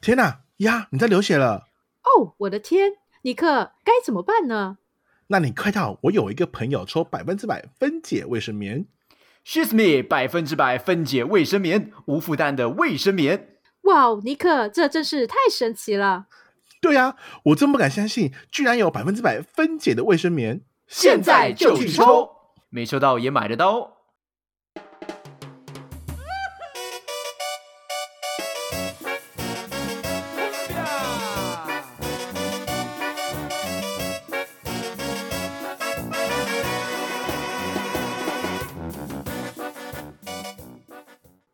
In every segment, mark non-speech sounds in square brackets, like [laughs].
天哪，呀，你在流血了！哦，我的天，尼克，该怎么办呢？那你快到，我有一个朋友抽百分之百分解卫生棉， She's me，百分之百分解卫生棉，无负担的卫生棉。哇哦，尼克，这真是太神奇了！对呀、我真不敢相信，居然有百分之百分解的卫生棉。现在就去抽，没抽到也买得到哦。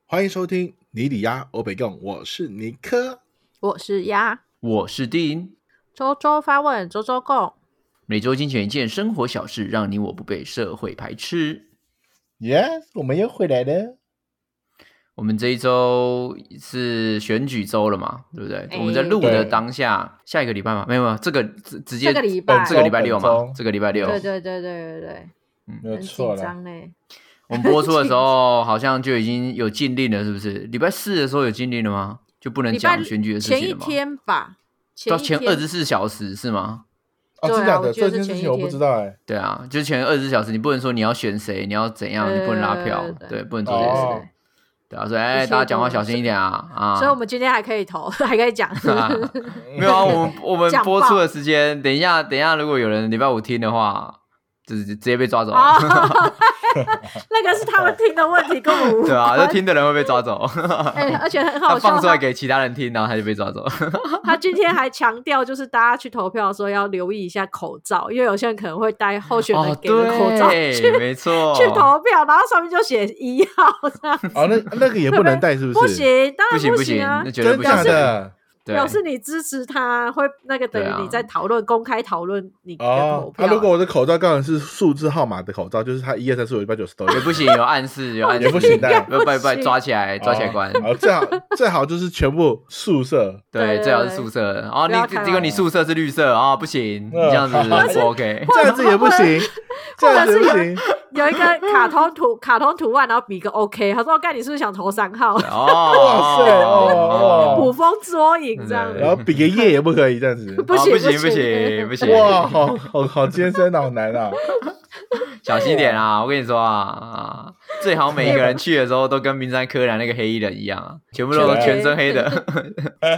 欢迎收听尼里亚欧北贡，我是尼克。我是鸭，我是丁，周周发问，周周共。每周精选一件生活小事，让你我不被社会排斥。 Yes，我们又回来了。我们这一周是选举周了嘛，对不对？哎我们在录的对当下，下一个礼拜吗？没有没有，这个直直接这个礼拜呃这个礼拜六本嘛周，这个礼拜六，对对对对对对，没有很错紧啦。张嘞。我们播 [laughs] 出的时候好像就已经有禁令了，是不是？礼拜四的时候有禁令了吗？就不能礼拜讲选举的事前情一了吗？天吧，前到一前天二十四小时是吗？哦，对啊真假我的觉得这是件事前一情我不天知 [laughs] 道哎。对啊，就是前二十四小时，你不能说你要选谁，你要怎样，呃你不能拉票，对，不能做这件事。哦对啊，所以哎，一切大家讲话都能小心一点啊啊！所以我们今天还可以投， [laughs] 还可以 [laughs] 讲。没有啊，我 [laughs] 们我们讲播爆出的时间，等一下，等一下，如果有人礼拜五听的话，就是直接被抓走， [laughs] 哦，那个是他们听的问题，跟 [laughs] 我无对啊，关就。听的人会被抓走，哎，而且很他好笑， [laughs] 放出来他给其他人听，然后他就被抓走。 [laughs] 他今天还强调，就是大家去投票的时候要留意一下口罩，因为有些人可能会戴候选人哦，给的口罩去对，没错，去投啊票，然后上面就写一号这样，哦，那那个也不能带，是不是？不行，当不然行不行，啊那。绝对真不行假， [laughs] 的？对表示你支持他，会那个等对啊于你在讨论、公开讨论你的投哦，票。他啊、如果我的口罩刚好是数字号码的口罩，就是它一二三四五六七八九十都也有，不行，有暗示，有暗示，也不行的。不不不，行抓起来，抓起来关。哦，最好最好就是全部宿 [laughs] 舍。对对，对最好是对宿舍的。哦，不要你看结到果你宿舍是绿色啊，不行，嗯这 [laughs] 样子或不 OK。这样子也不行，这样子也不行。有一个卡通图、卡通图案，然后比个 OK，他说：“我干，你是不是想投三号？”哦，哇塞哦捕风捉影这样对哦子。然后比个耶也不可以这样子。不行不行不不行行不行，哇，好好好艰深，好难啊！小心一点啊！我跟你说啊啊，最好每一个人去的时候都跟名侦探柯南那个黑衣人一样啊，全部都全黑全身 [laughs] 黑的。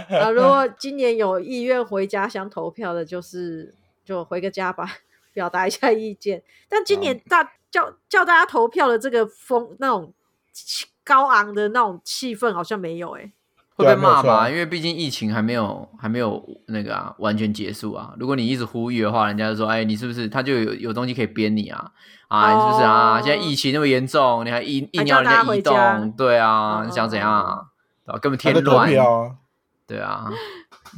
[laughs] 啊，如果今年有意愿回家乡投票的，就是就回个家吧， [laughs] 表达一下意见。但今年大叫叫大家投票的这个风那种气高昂的那种气氛好像没有哎、会被对啊没有骂错吧？啊因为毕竟疫情还没有还没有那个啊完全结束啊。如果你一直呼吁的话，人家就说：“哎，你是不是他就有有东西可以编你啊？啊，你是不是啊？哦现在疫情那么严重，你还硬还硬要叫大家人回移家动？对啊，你想怎样哦啊？对啊根本他添的投乱。票啊，对啊，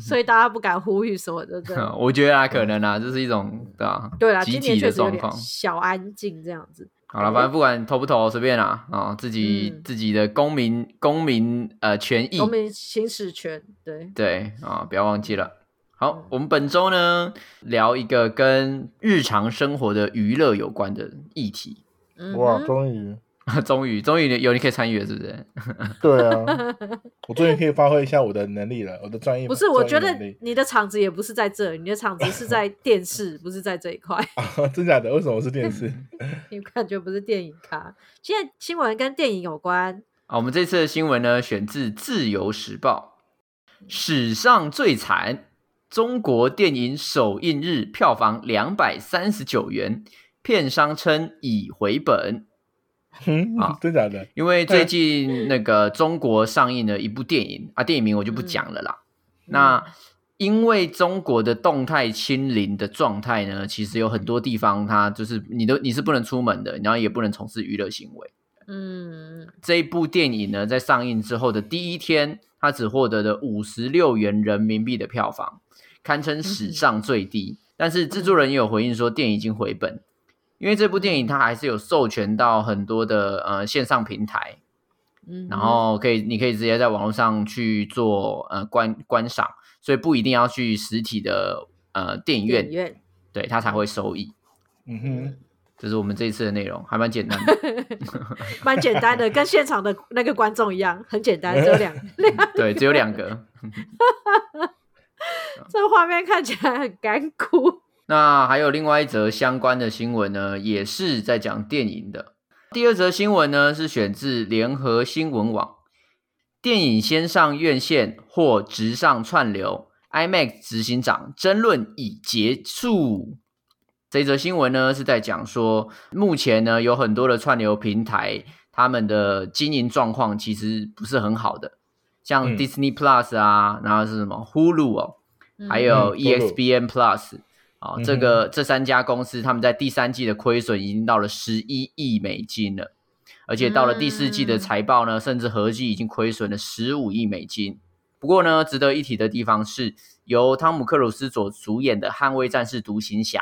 所以大家不敢呼吁什么的。对 [laughs] [laughs] 我觉得啊，可能啊，这是一种对啊，对啦，集今年体确的实有状点况。小安静这样子。好了，反正不管投不投，随便啦啊、自己、嗯自己的公民公民呃权嗯益公，民行使权，对，对啊、不要忘记了。嗯好，我们本周呢聊一个跟日常生活的娱乐有关的议题。 [laughs] 嗯哇，哼终于，终于，终于有你可以参与了，是不是？对 [laughs] 啊，我终于可以发挥一下我的能力了，我的专业不是，我觉得专业能力 [laughs] 你的场子也不是在这里，你的场子是在电视，不是在这一块。 [laughs] 真假的？为什么是电视？你感觉不是电影咖？现在新闻跟电影有关，啊，我们这次的新闻呢，选自《自由时报》，史上最惨，中国电影首映日票房两百三十九元，片商称已回本。嗯啊，真假的？因为最近那个中国上映了一部电影啊，电影名我就不讲了啦。那因为中国的动态清零的状态呢，其实有很多地方它就是你都你是不能出门的，然后也不能从事娱乐行为。嗯，这一部电影呢，在上映之后的第一天，它只获得了五十六元人民币的票房，堪称史上最低。但是制作人也有回应说，电影已经回本，因为这部电影它还是有授权到很多的呃线上平台，嗯然后可以，你可以直接在网络上去做呃观观赏，所以不一定要去实体的呃电影电影院，院对它才会收益。嗯哼，这是我们这一次的内容，还蛮简单 [laughs] 的。 [laughs] 蛮简单的，跟现场的那个观众一样，很简单，只有两两对，只有两个，这画面看起来很干枯。那还有另外一则相关的新闻呢，也是在讲电影的。第二则新闻呢是选自联合新闻网，电影先上院线或直上串流，IMAX 执行长争论已结束。这则新闻呢是在讲说，目前呢有很多的串流平台，他们的经营状况其实不是很好的，像嗯 Disney Plus 啊，然后是什么 Hulu 哦，嗯 [laughs] 还有 E 嗯 ESPN Plus 啊、嗯这个这三家公司他们在第三季的亏损已经到了十一亿美金了，而且到了第四季的财报呢，甚至合计已经亏损了十五亿美金。不过呢，值得一提的地方是，由汤姆克鲁斯所主演的《捍卫战士：独行侠》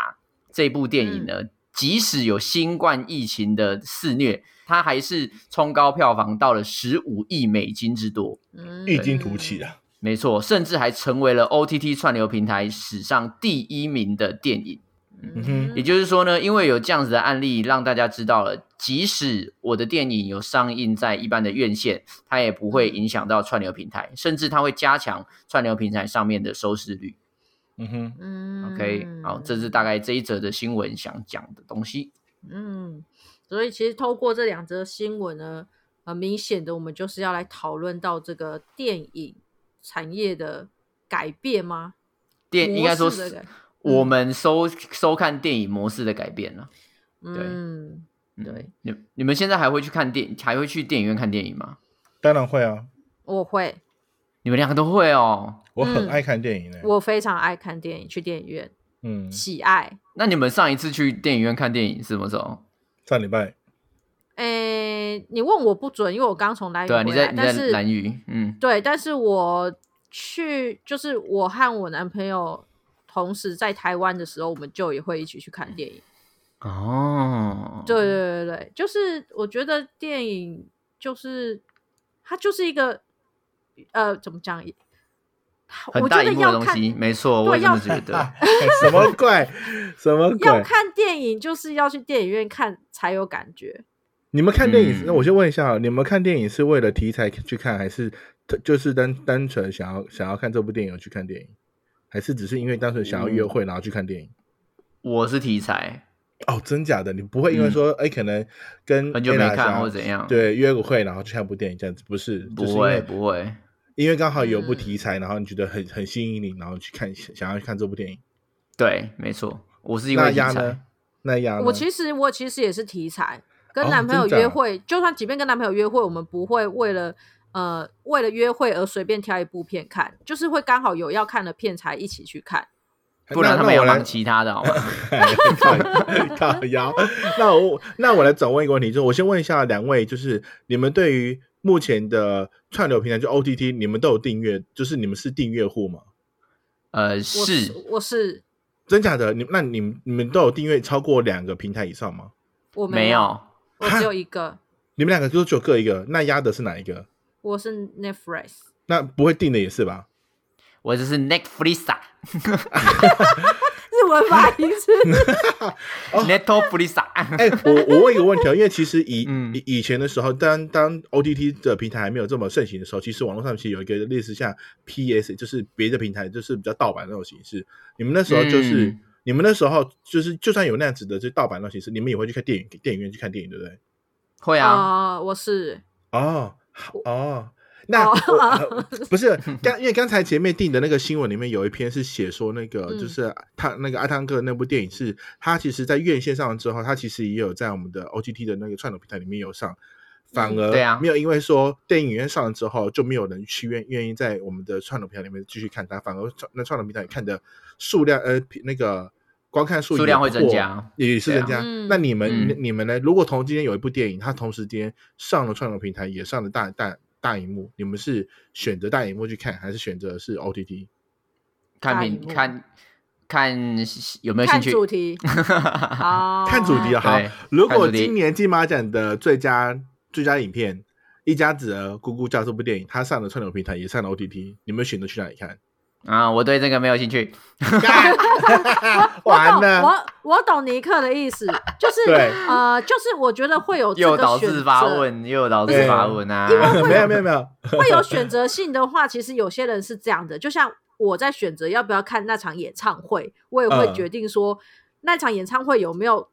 这部电影呢，即使有新冠疫情的肆虐，它还是冲高票房到了十五亿美金之多。嗯异军突起啊！没错，甚至还成为了 OTT 串流平台史上第一名的电影。嗯，哼也就是说呢，因为有这样子的案例，让大家知道了，即使我的电影有上映在一般的院线，它也不会影响到串流平台，甚至它会加强串流平台上面的收视率。嗯哼，嗯 OK，好，这是大概这一则的新闻想讲的东西。嗯，所以其实透过这两则新闻呢，很明显的，我们就是要来讨论到这个电影产业的改变吗？电应该说模式的是改我们收收看电影模式的改变了。嗯，嗯对，你你们现在还会去看电，还会去电影院看电影吗？当然会啊，我会，你们两个都会哦。我很嗯爱看电影呢。我非常爱看电影，去电影院，嗯，喜爱。那你们上一次去电影院看电影是什么时候？上礼拜诶，你问我不准，因为我刚从哎来对啊，你在你在但是蓝屿，嗯对，但是我去就是我和我男朋友同时在台湾的时候，我们就也会一起去看电影。哦，对对对对对，就是我觉得电影就是它就是一个呃，怎么讲？很我大觉得一幕的要东看西，没错，对我也这要么觉 [laughs] 得。 [laughs] 什么鬼？什么要鬼？看电影，就是要去电影院看才有感觉。你们看电影是？嗯那我先问一下，你们看电影是为了题材去看，还是就是单单纯想要想要看这部电影而去看电影，还是只是因为单纯想要嗯约会然后去看电影？我是题材，哦，真假的？你不会因为嗯说，哎、可能跟很久没 Ella 看想或怎样啊对，约个会然后去看部电影这样子，不是？不就是因会为不会，因为刚好有部嗯题材，然后你觉得很很吸引你，然后去看想要去看这部电影。对，没错，我是因那为题鸭材呢。？那鸭啊呢？我其实我其实也是题材，跟哦男朋友真假约会，就算即便跟男朋友约会，我们不会为了呃为了约会而随便挑一部片看，就是会刚好有要看的片才一起去看。不然哎那他们那要我来忙其 [laughs] 他的好吗？靠腰。那我那我来转问一个问题，就是我先问一下两位，就是你们对于目前的串流平台，就 OTT，你们都有订阅，就是你们是订阅户吗？呃，我是我是真假的？你那你们你们都有订阅超过两个平台以上吗？我没有我只有一个，你们两个就只有各一个，那压的是哪一个？我是 Netflix。 [laughs] 那不会订的也是吧？我只是 Netflix 啊日文发音 [laughs] 是哦 Netflix [laughs] 啊哎、我我问一个问题哦，因为其实以嗯以以前的时候，当当 OTT 的平台还没有这么盛行的时候，其实网络上其实有一个类似像 PS，就是别的平台就是比较盗版那种形式。你们那时候就是、嗯你们那时候就是就算有那样子的就盗版那种形式，你们也会去看电影电影院去看电影，对不对？会啊，啊、我是哦，好哦。那哦我、 [laughs] 呃不是刚，因为刚才前面定的那个新闻里面有一篇是写说，那个、嗯就是他那个阿汤哥那部电影是，他其实在院线上之后，他其实也有在我们的 OTT 的那个串流平台里面有上，反嗯而对啊没有因为说电影院上了之后就没有人去愿愿意在我们的串流平台里面继续看它，反而串那串流平台看的数量呃那个观看数数也量会增破加也是对啊增加。嗯那你们、嗯你你们呢？如果同今天有一部电影，它同时间上了串流平台，也上了大大大荧幕，你们是选择大荧幕去看，还是选择是 OTT？看大片荧幕看看有没有兴看趣？主 [laughs] 题啊，看主题啊！好哦对，如看果主题今年金马奖的最佳最佳影片《 [laughs] 一家子的咕咕叫》这部电影，它上了串流平台，也上了 OTT，你们选择去哪里看？ [laughs] 啊，我对这个没有兴趣。我完懂，了，我我懂尼克的意思，就是对呃，就是我觉得会有 [laughs] 这诱个导选自发择，问，诱导自发问啊！ [laughs] 没有没有没有，会有选择性的话，其实有些人是这样的，就像我在选择要不要看那场演唱会，我也会嗯决定说、那场演唱会有没有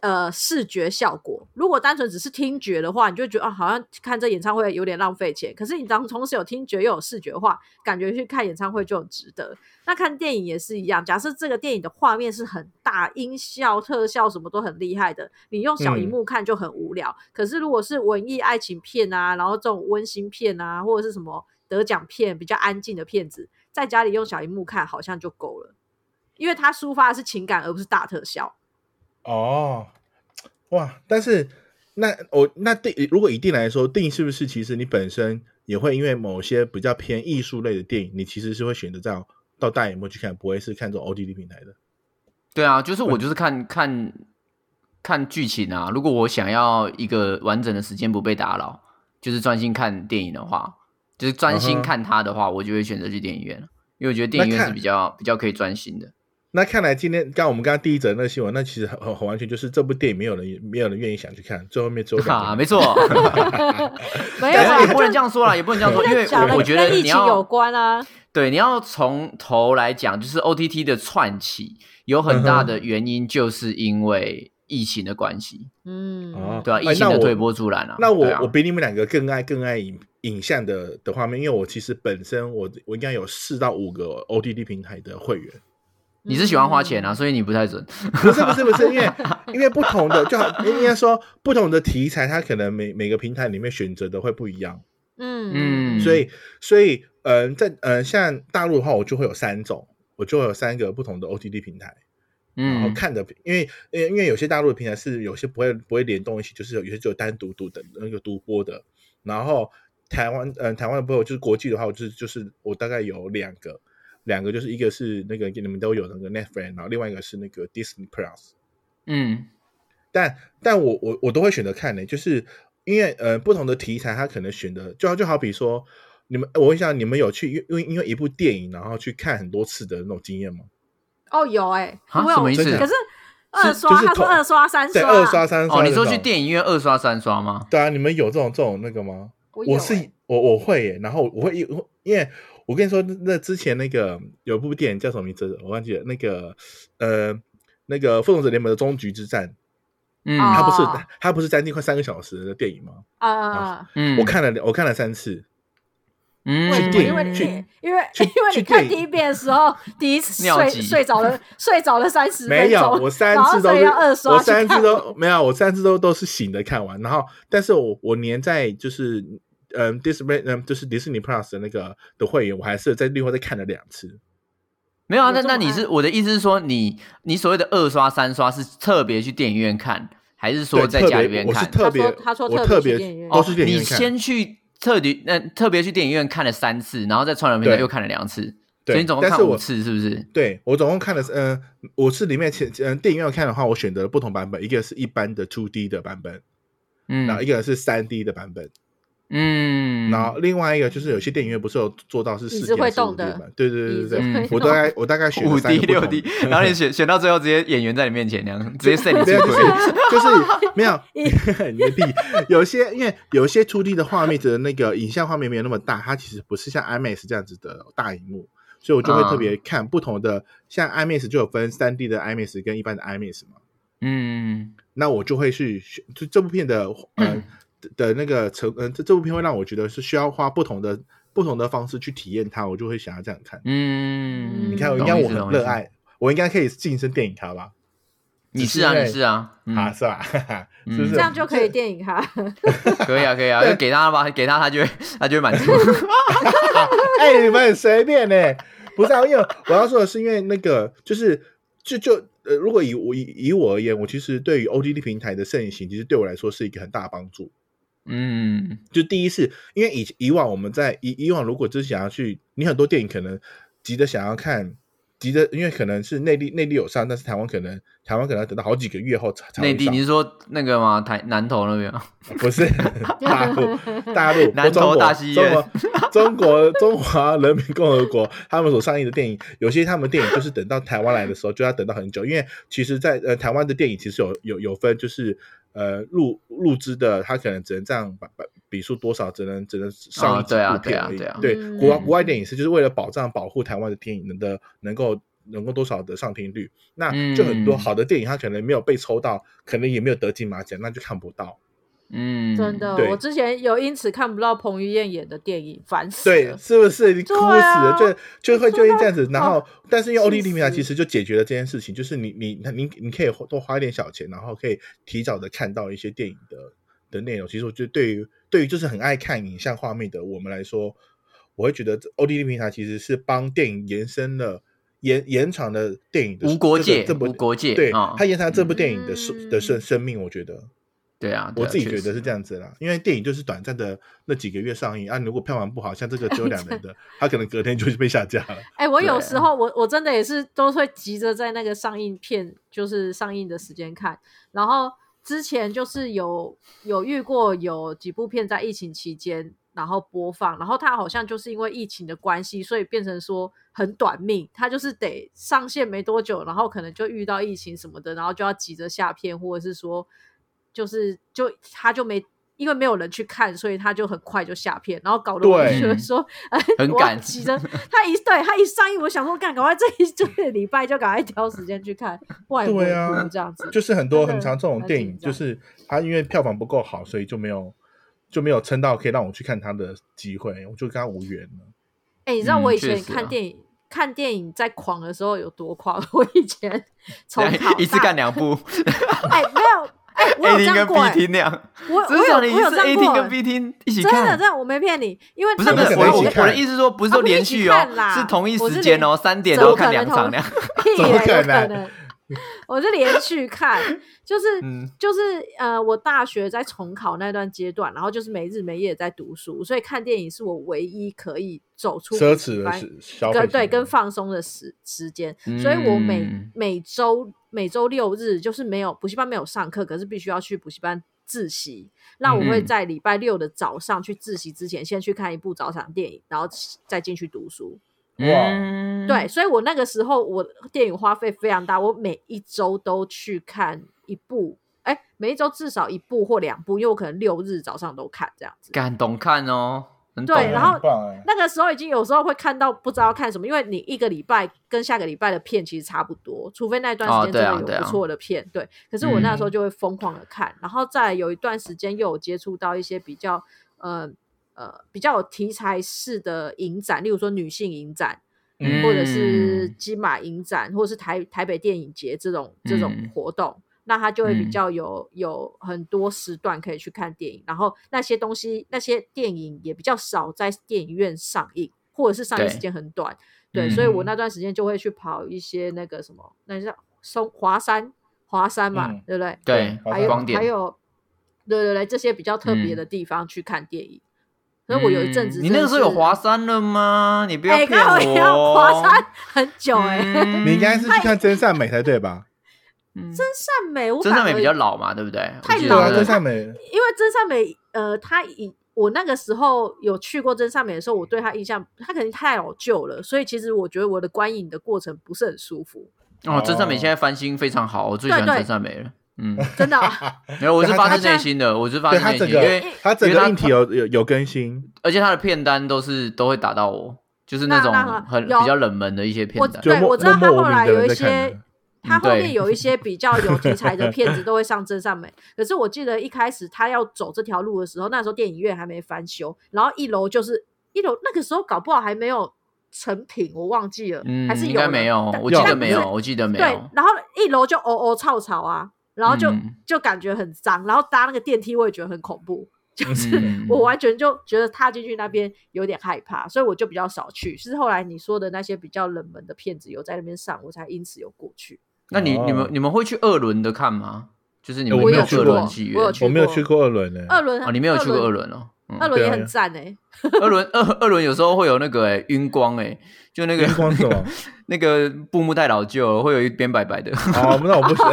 呃视觉效果。如果单纯只是听觉的话，你就觉得啊，好像看这演唱会有点浪费钱。可是你当同时有听觉又有视觉化，感觉去看演唱会就很值得。那看电影也是一样，假设这个电影的画面是很大，音效、特效什么都很厉害的，你用小嗯荧幕看就很无聊。可是如果是文艺爱情片啊，然后这种温馨片啊，或者是什么得奖片比较安静的片子，在家里用小荧幕看好像就够了，因为它抒发的是情感，而不是大特效。哦，哇！但是那我那定如果以定来说，定是不是其实你本身也会因为某些比较偏艺术类的电影，你其实是会选择到到大荧幕去看，不会是看这种 OTT 平台的。 [laughs] 对啊，就是我就是看看看剧情啊。如果我想要一个完整的时间不被打扰，就是专心看电影的话，就是专嗯心哼看它的话，我就会选择去电影院，因为我觉得电影那院看是比较比较可以专心的。那看来今天刚刚我们刚刚第一则那个新闻，那其实很很很完全就是这部电影没有人没有人愿意想去看，最后面只有两个 [laughs] 啊，人没 [laughs] 错，没有但啊，是也不能就这 [laughs] 样说啦，也不能这样说，因为讲我了我觉得跟疫你情有要关啊，对你要从头来讲，就是 OTT 的串起有嗯很大的原因，就是因为疫情的关系，嗯，哦对啊，哎疫情那的我推波助澜啊。那我、对啊我比你们两个更爱更爱影影像的的画面，因为我其实本身我我应该有四到五个 OTT 平台的会员，你是喜欢花钱啊，所以你不太准。不是不是不是，因为因为不同的就好应该说不同的题材，它可能每每个平台里面选择的会不一样，嗯嗯所以所以嗯、呃在呃像大陆的话，我就会有三种，我就会有三个不同的 OTT 平台，然后嗯，哦看的，因为因为因为有些大陆的平台是有些不会不会联动一起，就是有些只有单独独的那个独播的，然后台湾嗯、呃台湾的朋友就是国际的话，我就是就是我大概有两个。两个就是一个是那个你们都有那个 Netflix，然后另外一个是那个 Disney Plus，嗯但但我我我都会选择看呢、就是因为呃不同的题材，它可能选的就好就好比说，你们我问一下，你们有去因为因为一部电影然后去看很多次的那种经验吗？哦有哎、啊我有什么意思真的可是二是刷，就是他说同二刷三对，刷啊，二刷三刷哦，你那说去种电影院二刷三刷吗？对啊，你们有这种这种那个吗？我有我欸是我我会耶，然后我会因为我跟你说，那之前那个有部电影叫什么名字，我忘记了，那个呃那个《复仇者联盟》的终局之战，嗯哦它不是它不是将近快三个小时的电影吗？啊啊啊！嗯，我看了我看了三次，嗯为什么？电欸因为影你去因为去因为你去看电影第一遍的时候，第一次 [laughs] 尿睡急睡 [laughs] 着了，睡着了三十分没有，钟，我三然后次都所以是要二刷我去三次看都没有，我三次都都是醒的看完。然后，但是我我粘在就是嗯 Disney 嗯就是迪士尼 Plus 的那个的会员，我还是在另外再看了两次。没有啊，有那这那么你爱是我的意思是说你，你所谓的二刷三刷是特别去电影院看，还是说对在特家别里面我是看？哦特别，他说他说我特特别别去电影院都是电影你院看。先去特地那特别去电影院看了三次，然后在串流平台对又看了两次，所以对你总，共但看是五我次，是不是？对我总共看了是，嗯、呃，我是里面前嗯、电影院看的话，我选择了不同版本，一个是一般的 two D 的版本，然后嗯一个是三 D 的版本，嗯，然后另外一个就是有些电影院不是有做到是四椅子 D 会还是动五 D 的版？对对对对椅对子会，我大概我大概选了五三 D 个不六同 D，然后你选选到最后直接演员在里面前那样，直接 set 你 [laughs] 没有，出啊就是轨。就是没有，你的屁！有些因为有些出地的画面的那个影像画面没有那么大，它其实不是像 IMAX 这样子的大荧幕，所以我就会特嗯别看不同的，像 IMAX 就有分三 D 的 IMAX 跟一般的 IMAX 嘛，嗯，那我就会去选就这部片的呃的那个成，呃这这部片会让我觉得是需要花不同的不同的方式去体验它，我就会想要这样看。嗯，你看，我懂应该意我思很懂意热思爱，我应该可以晋升电影咖吧？你是啊，只是因为你是啊，嗯啊，是吧？ [laughs] 哈哈是不嗯是？这样就可以电影哈。可以啊，可 [laughs] 以啊，对就给他吧，给他，他就会他就会满足。 [laughs] 哎、你们很随便呢、 [laughs] 不是啊？因为我要说的是，因为那个就是就就呃，如果以我以以我而言，我其实对于 OTT 平台的盛行，其实对我来说是一个很大的帮助。嗯，就第一是因为以以往我们在以以往，如果只是想要去，你很多电影可能急着想要看急着，因为可能是内地内地有上，但是台湾可能台湾可能要等到好几个月后才才会内地，上你是说那个吗？台南投那 [laughs] 边吗？啊不是 [laughs] 大 [laughs] 陆大陆南中投国大戏中院国中国中华人民共和国他们所上映的电影，有些他们电影就是等到台湾来的时候就要等到很久，因为其实在，呃台湾的电影其实有有有分就是。呃，入入资的他可能只能这样把把比数多少，只能只能上一哦支对啊部片对啊而已对啊嗯国外国外电影是就是为了保障保护台湾的电影的能够能够多少的上听率，那就很多嗯好的电影它可能没有被抽到，可能也没有得金马奖，那就看不到。[laughs] 嗯，真的，对我之前有因此看不到彭于晏演的电影，烦死对了，。是不是你哭对死啊了？就就会就因为这样子真，的然后但是因为气 OTT 平台死其实就解决了这件事情，就是你你你你可以花多花一点小钱，然后可以提早的看到一些电影的的内容。其实我觉得对于对于就是很爱看影像画面的我们来说，我会觉得这 OTT 平台其实是帮电影延伸了延延长了电影的无国这个界这，部无国界，对，啊它延长了这部嗯电影的生的生生命，我觉得。对啊，对我啊自己觉得是这。确实样子啦，因为电影就是短暂的那几个月上映啊，如果票房不好，像这个只有两人 [laughs] 的，它可能隔天就被下架了。哎、我对有时候我我真的也是都会急着在那个上映片，就是上映的时间看。然后之前就是有有遇过有几部片在疫情期间然后播放，然后它好像就是因为疫情的关系，所以变成说很短命，它就是得上线没多久，然后可能就遇到疫情什么的，然后就要急着下片，或者是说就是就它就没。因为没有人去看，所以他就很快就下片，然后搞得我对觉得说，哎，很我要赶急着他一对他一上映，我想说干，赶快这一这个礼拜就赶快挑时间去看，不然我对也啊不如这样子。就是很多真的很长这种很电紧影，就张是它因为票房不够好，所以就没有就没有撑到可以让我去看它的机会，我就跟它无缘了。哎、你知道我嗯以确前实看啊电影、看电影在狂的时候有多狂？ [laughs] 我以前从对考 [laughs] 一次大干两部哎、没有哎、我有，A 这厅样跟过、 B 哎，厅那样。我我至少你有我有是 A 这厅样过、欸跟 B 厅一起真的看真。的我没骗你，因为不是他不们是，怎我么可能我一起看我的意思说，不是啊说不是一连起续哦看，啦是同一我时是间哦，连三点怎然后么看可能两场同 [laughs] 那样。屁 [laughs] 怎么嘞可有可能能？我是连续看， [laughs] 就是、嗯就是呃，我大学在重考那段阶段，然后就是没日没夜在读书，所以看电影是我唯一可以走出奢补习侈的班是消费跟对行跟为放松的时时间，所以我每、嗯每周每周六日就是没有补习班没有上课，可是必须要去补习班自习。那我会嗯在礼拜六的早上去自习之前，先去看一部早场电影，然后再进去读书。哇嗯对，，所以我那个时候我电影花费非常大，我每一周都去看一部，哎，每一周至少一部或两部，因为我可能六日早上都看这样子。敢懂看哦，很对懂然后很棒哎、那个时候已经有时候会看到不知道看什么，因为你一个礼拜跟下个礼拜的片其实差不多，除非那段时哦间对真啊的对有啊嗯不错的片。对，可是我那时候就会疯狂的看，然后再有一段时间又有接触到一些比较呃呃比较有题材式的影展，例如说女性影展，嗯或者是金马影展，或者是台台北电影节这种这种嗯活动，那它就会比嗯较有有很多时段可以去看电影，然后那些东西那些电影也比较少在电影院上映，或者是上映时对间很短，对，所以我嗯那段时间就会去跑一些那个什么，那叫松华山华山嘛，嗯对不对？对华还山有光点还有，对对对，这些比较特别的地方去看电影。所以我有一阵子真的是，嗯你那个时候有华山了吗？你不要哎，骗看我我要哦。华山很久哎、嗯你应该是去看真善美才对吧？嗯真善美，我真反善美而比较，老嘛，对不对？太我记得对啊，老了真对善美因为真善美，呃，他以我那个时候有去过真善美的时候，我对他印象，他可能太老旧了，所以其实我觉得我的观影的过程不是很舒服，哦，真善美现在翻新非常好，我最喜欢对对真善美了。嗯，真的啊、没有，我对是它发自它内心的，我是发对自它内心，整因为个它整因为个它硬体有有有更新，而且他的片单都是都会打到我，就是那那种那很有比较冷门的一些片我单。就对默我知道默他默无后来名的有人一在看些的。他后面对有一些比较有题材的片 [laughs] 子都会上真善美，可是我记得一开始他要走这条路的时候，那时候电影院还没翻修，然后一楼就是一楼，那个时候搞不好还没有成品，我忘记了，嗯还是，应该了没有，但我记但得不没是有，我记得没对有，。然后一楼就哦哦吵吵啊，然后就、嗯就感觉很脏，然后搭那个电梯我也觉得很恐怖，就是、嗯我完全就觉得踏进去那边有点害怕，所以我就比较少去。是后来你说的那些比较冷门的片子有在那边上，我才因此有过去。 [laughs] 那你你们哦你们会去二轮的看吗？就是你们我没有有去二过轮戏我有院 [laughs] 去我没有去过二轮呢、欸二轮哦，你没有去过二轮，轮哦？嗯二轮也对啊很赞哎，二轮二二轮有时候会有那个哎、晕光哎、就那个荧光什啊么？ [laughs] 那个布幕太老旧了，会有一边白 [laughs] 白的，哦，那我不行，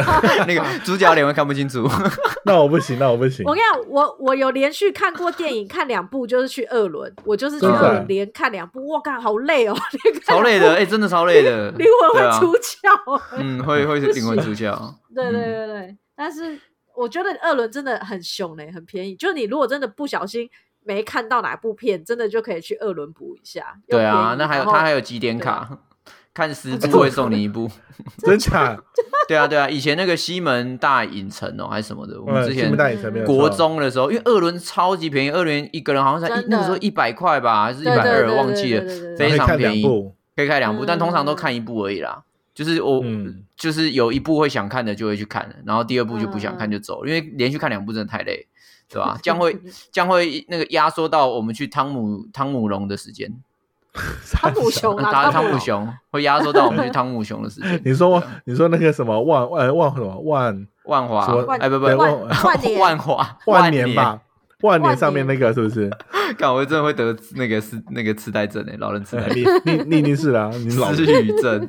那个主角脸会看不清楚。 [laughs] 那我不行，那我不行我。跟你讲，我我有连续看过电影，看两部就是去二轮，我就是去真的二啊轮连看两部，我靠，好累哦，连看超累的，哎、真的超累的， [laughs] 灵魂对会啊出窍 [laughs] 欸。嗯，会会灵魂 [laughs] 出窍，对对对嗯对，但是我觉得二轮真的很凶嘞、很便宜。就你如果真的不小心没看到哪部片，真的就可以去二轮补一下。又对便，啊宜那还有然后啊他还有几点卡，看十部会送你一部，真假？对啊对啊，以前那个西门大影城哦还是什么的，我们嗯，之西前门大影城没有错国中的时候，因为二轮超级便宜，二轮一个人好像才一真的那个时候一百块吧，还是一对百对对二，对忘记对对对了，对非然后可常以看便两宜，部，可以看两部，嗯但通常都看一部而已啦。就是我嗯就是有一部会想看的就会去看了，然后第二部就不想看嗯就走了，因为连续看两部真的太累，对吧？将会 [laughs] 将会那个压缩到我们去汤姆汤姆龙的时间，汤姆熊啊，打汤姆姆，熊会压缩到我们去汤姆熊的时间。 [laughs] 你说你说那个什么万万万什么万万华什么哎不不对万万年万华万年吧？万万年上面那年个是不是？看我真的会得那个是那个痴呆症哎、老人痴呆症你你你一定是啦， [laughs] 你是老失人语症。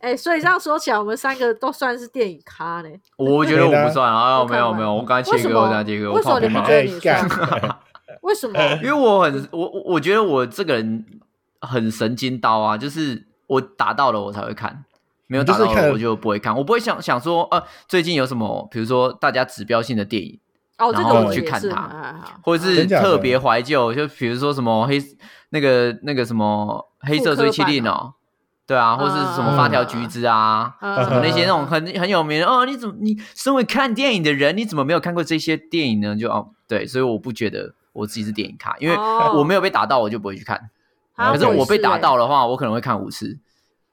哎、所以这样说起来，我们三个都算是电影咖嘞。我觉得我不算啊，我没看有完没有，我刚才为切什割，我么刚才切割，我为什靠么你边不嘛觉。得你哎干 [laughs] 算？ [laughs] 为什么？因为我很我我我觉得我这个人很神经刀啊，就是我打到了我才会看，没有你就打是到了看我就不会看，我不会想想说呃最近有什么，比如说大家指标性的电影，哦，这个然后我去也看是它啊，好或者是真假的特别怀旧，就比如说什么黑那个那个什么黑色追妻令哦，对啊，或者是嗯什么发嗯条橘子啊。啊什么那些那种很很有名的哦，你怎么你身为看电影的人，你怎么没有看过这些电影呢？就哦，对，所以我不觉得我自己是电影咖，因为哦我没有被打到，我就不会去看。啊可是我也我被是打欸到的话，我可能会看五次。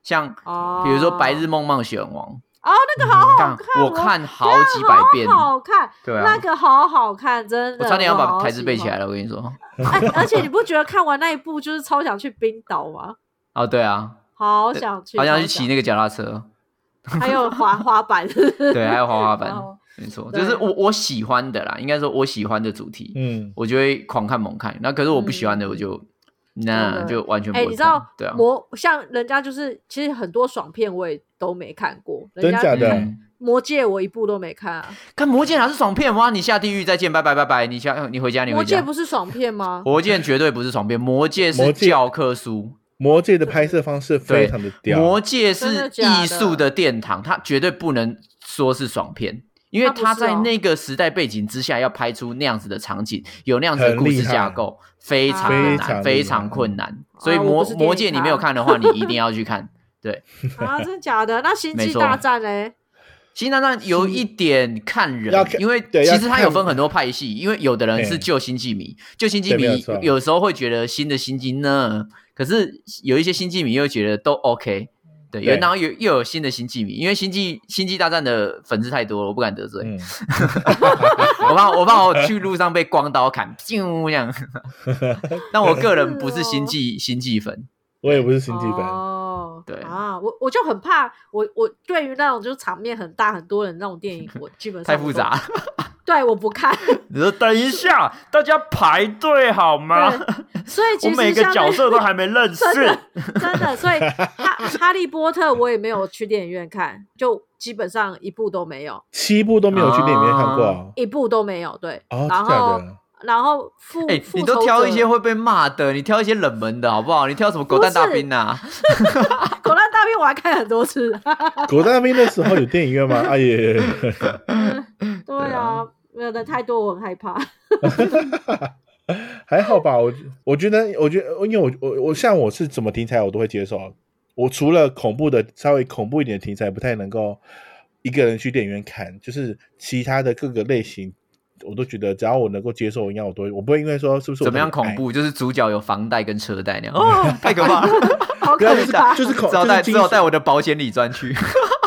像哦比如说《白日梦冒险王哦，那个好》，好看看，哦啊我看好几百遍，好好看，对啊那个好好看，真的，我差点要把好台词喜背起欢来。了。我跟你说，哎，而且你不觉得看完那一部就是超想去冰岛吗？哦，对啊，好想去，好像超去骑那个脚踏车，还有滑滑 [laughs] 板，对对，还有滑 [laughs] 滑板，哦没错，对就是我我喜欢的啦，应该说我喜欢的主题，嗯，我就会狂看猛看。那可是我不喜欢的，嗯我就、那真的就完全不哎，会看。你知道对啊，魔像人家就是，其实很多爽片我也都没看过，人真家假的嗯魔戒我一部都没看啊，看《魔戒》哪是爽片哇？你下地狱再见，拜拜拜拜，你下你回家你魔回戒家。不是爽片吗？魔戒绝对不是爽片，魔戒是魔戒教科书，魔界的拍摄方式非对啊常的屌，魔戒是真的假的艺术的殿堂，它绝对不能说是爽片，因为它不是哦它在那个时代背景之下要拍出那样子的场景，有那样子的很故厉事害架构，非常非难，常厉害非常困难。所以啊魔我不是电影魔戒你没有看的话，你一定要去看。啊，真的假的？那星没际错啊大战嘞？新大战有一点看人要，看因为对要其实它看有分很多派系，因为有的人是对旧星际迷，旧星际对没有迷错有时候会觉得新的星际呢，可是有一些星际迷又觉得都 OK，对，有对然后有又有新的星际迷，因为星际星际大战的粉丝太多了，我不敢得罪，嗯， [laughs] 我怕我怕我去路上被光刀砍，啾这 [laughs] 样。但我个人不是星际星际 [laughs] 粉，我也不是星际粉，哦，对啊，我我就很怕，我我对于那种就是场面很大很多人那种电影，我基本上太我复都杂。了。对，我不 [laughs] 看。你说等一下，大家排队好吗？所以其我实每个像角那色都还没 [laughs] 认识。真的，所以哈哈利波特我也没有去电影院看，就基本上一部都没有，七部都没有去电影院看过啊。一部都没有。对，哦，哦然真后假的？然后复、哎、复你都仇挑一者些会被骂的，你挑一些冷门的好不好？你挑什么狗蛋大兵啊呐、狗蛋大兵，我还看很多次。啊 [laughs] 狗大兵那时候有电影院吗？哎耶，对对啊啊，没有人太多，我很害怕。 [laughs] 还好吧。我我觉得，我觉得，因为我我我像我是怎么题材我都会接受啊。我除了恐怖的稍微恐怖一点的题材不太能够一个人去电影院看，就是其他的各个类型我都觉得只要我能够接受，应该我都会我不会因为说是不是我怎么样特别恐矮怖？就是主角有房贷跟车贷那样，哦， [laughs] 太可怕了！好对可啊，就是就是怕！恐只好带就是只好带我的保险理专去。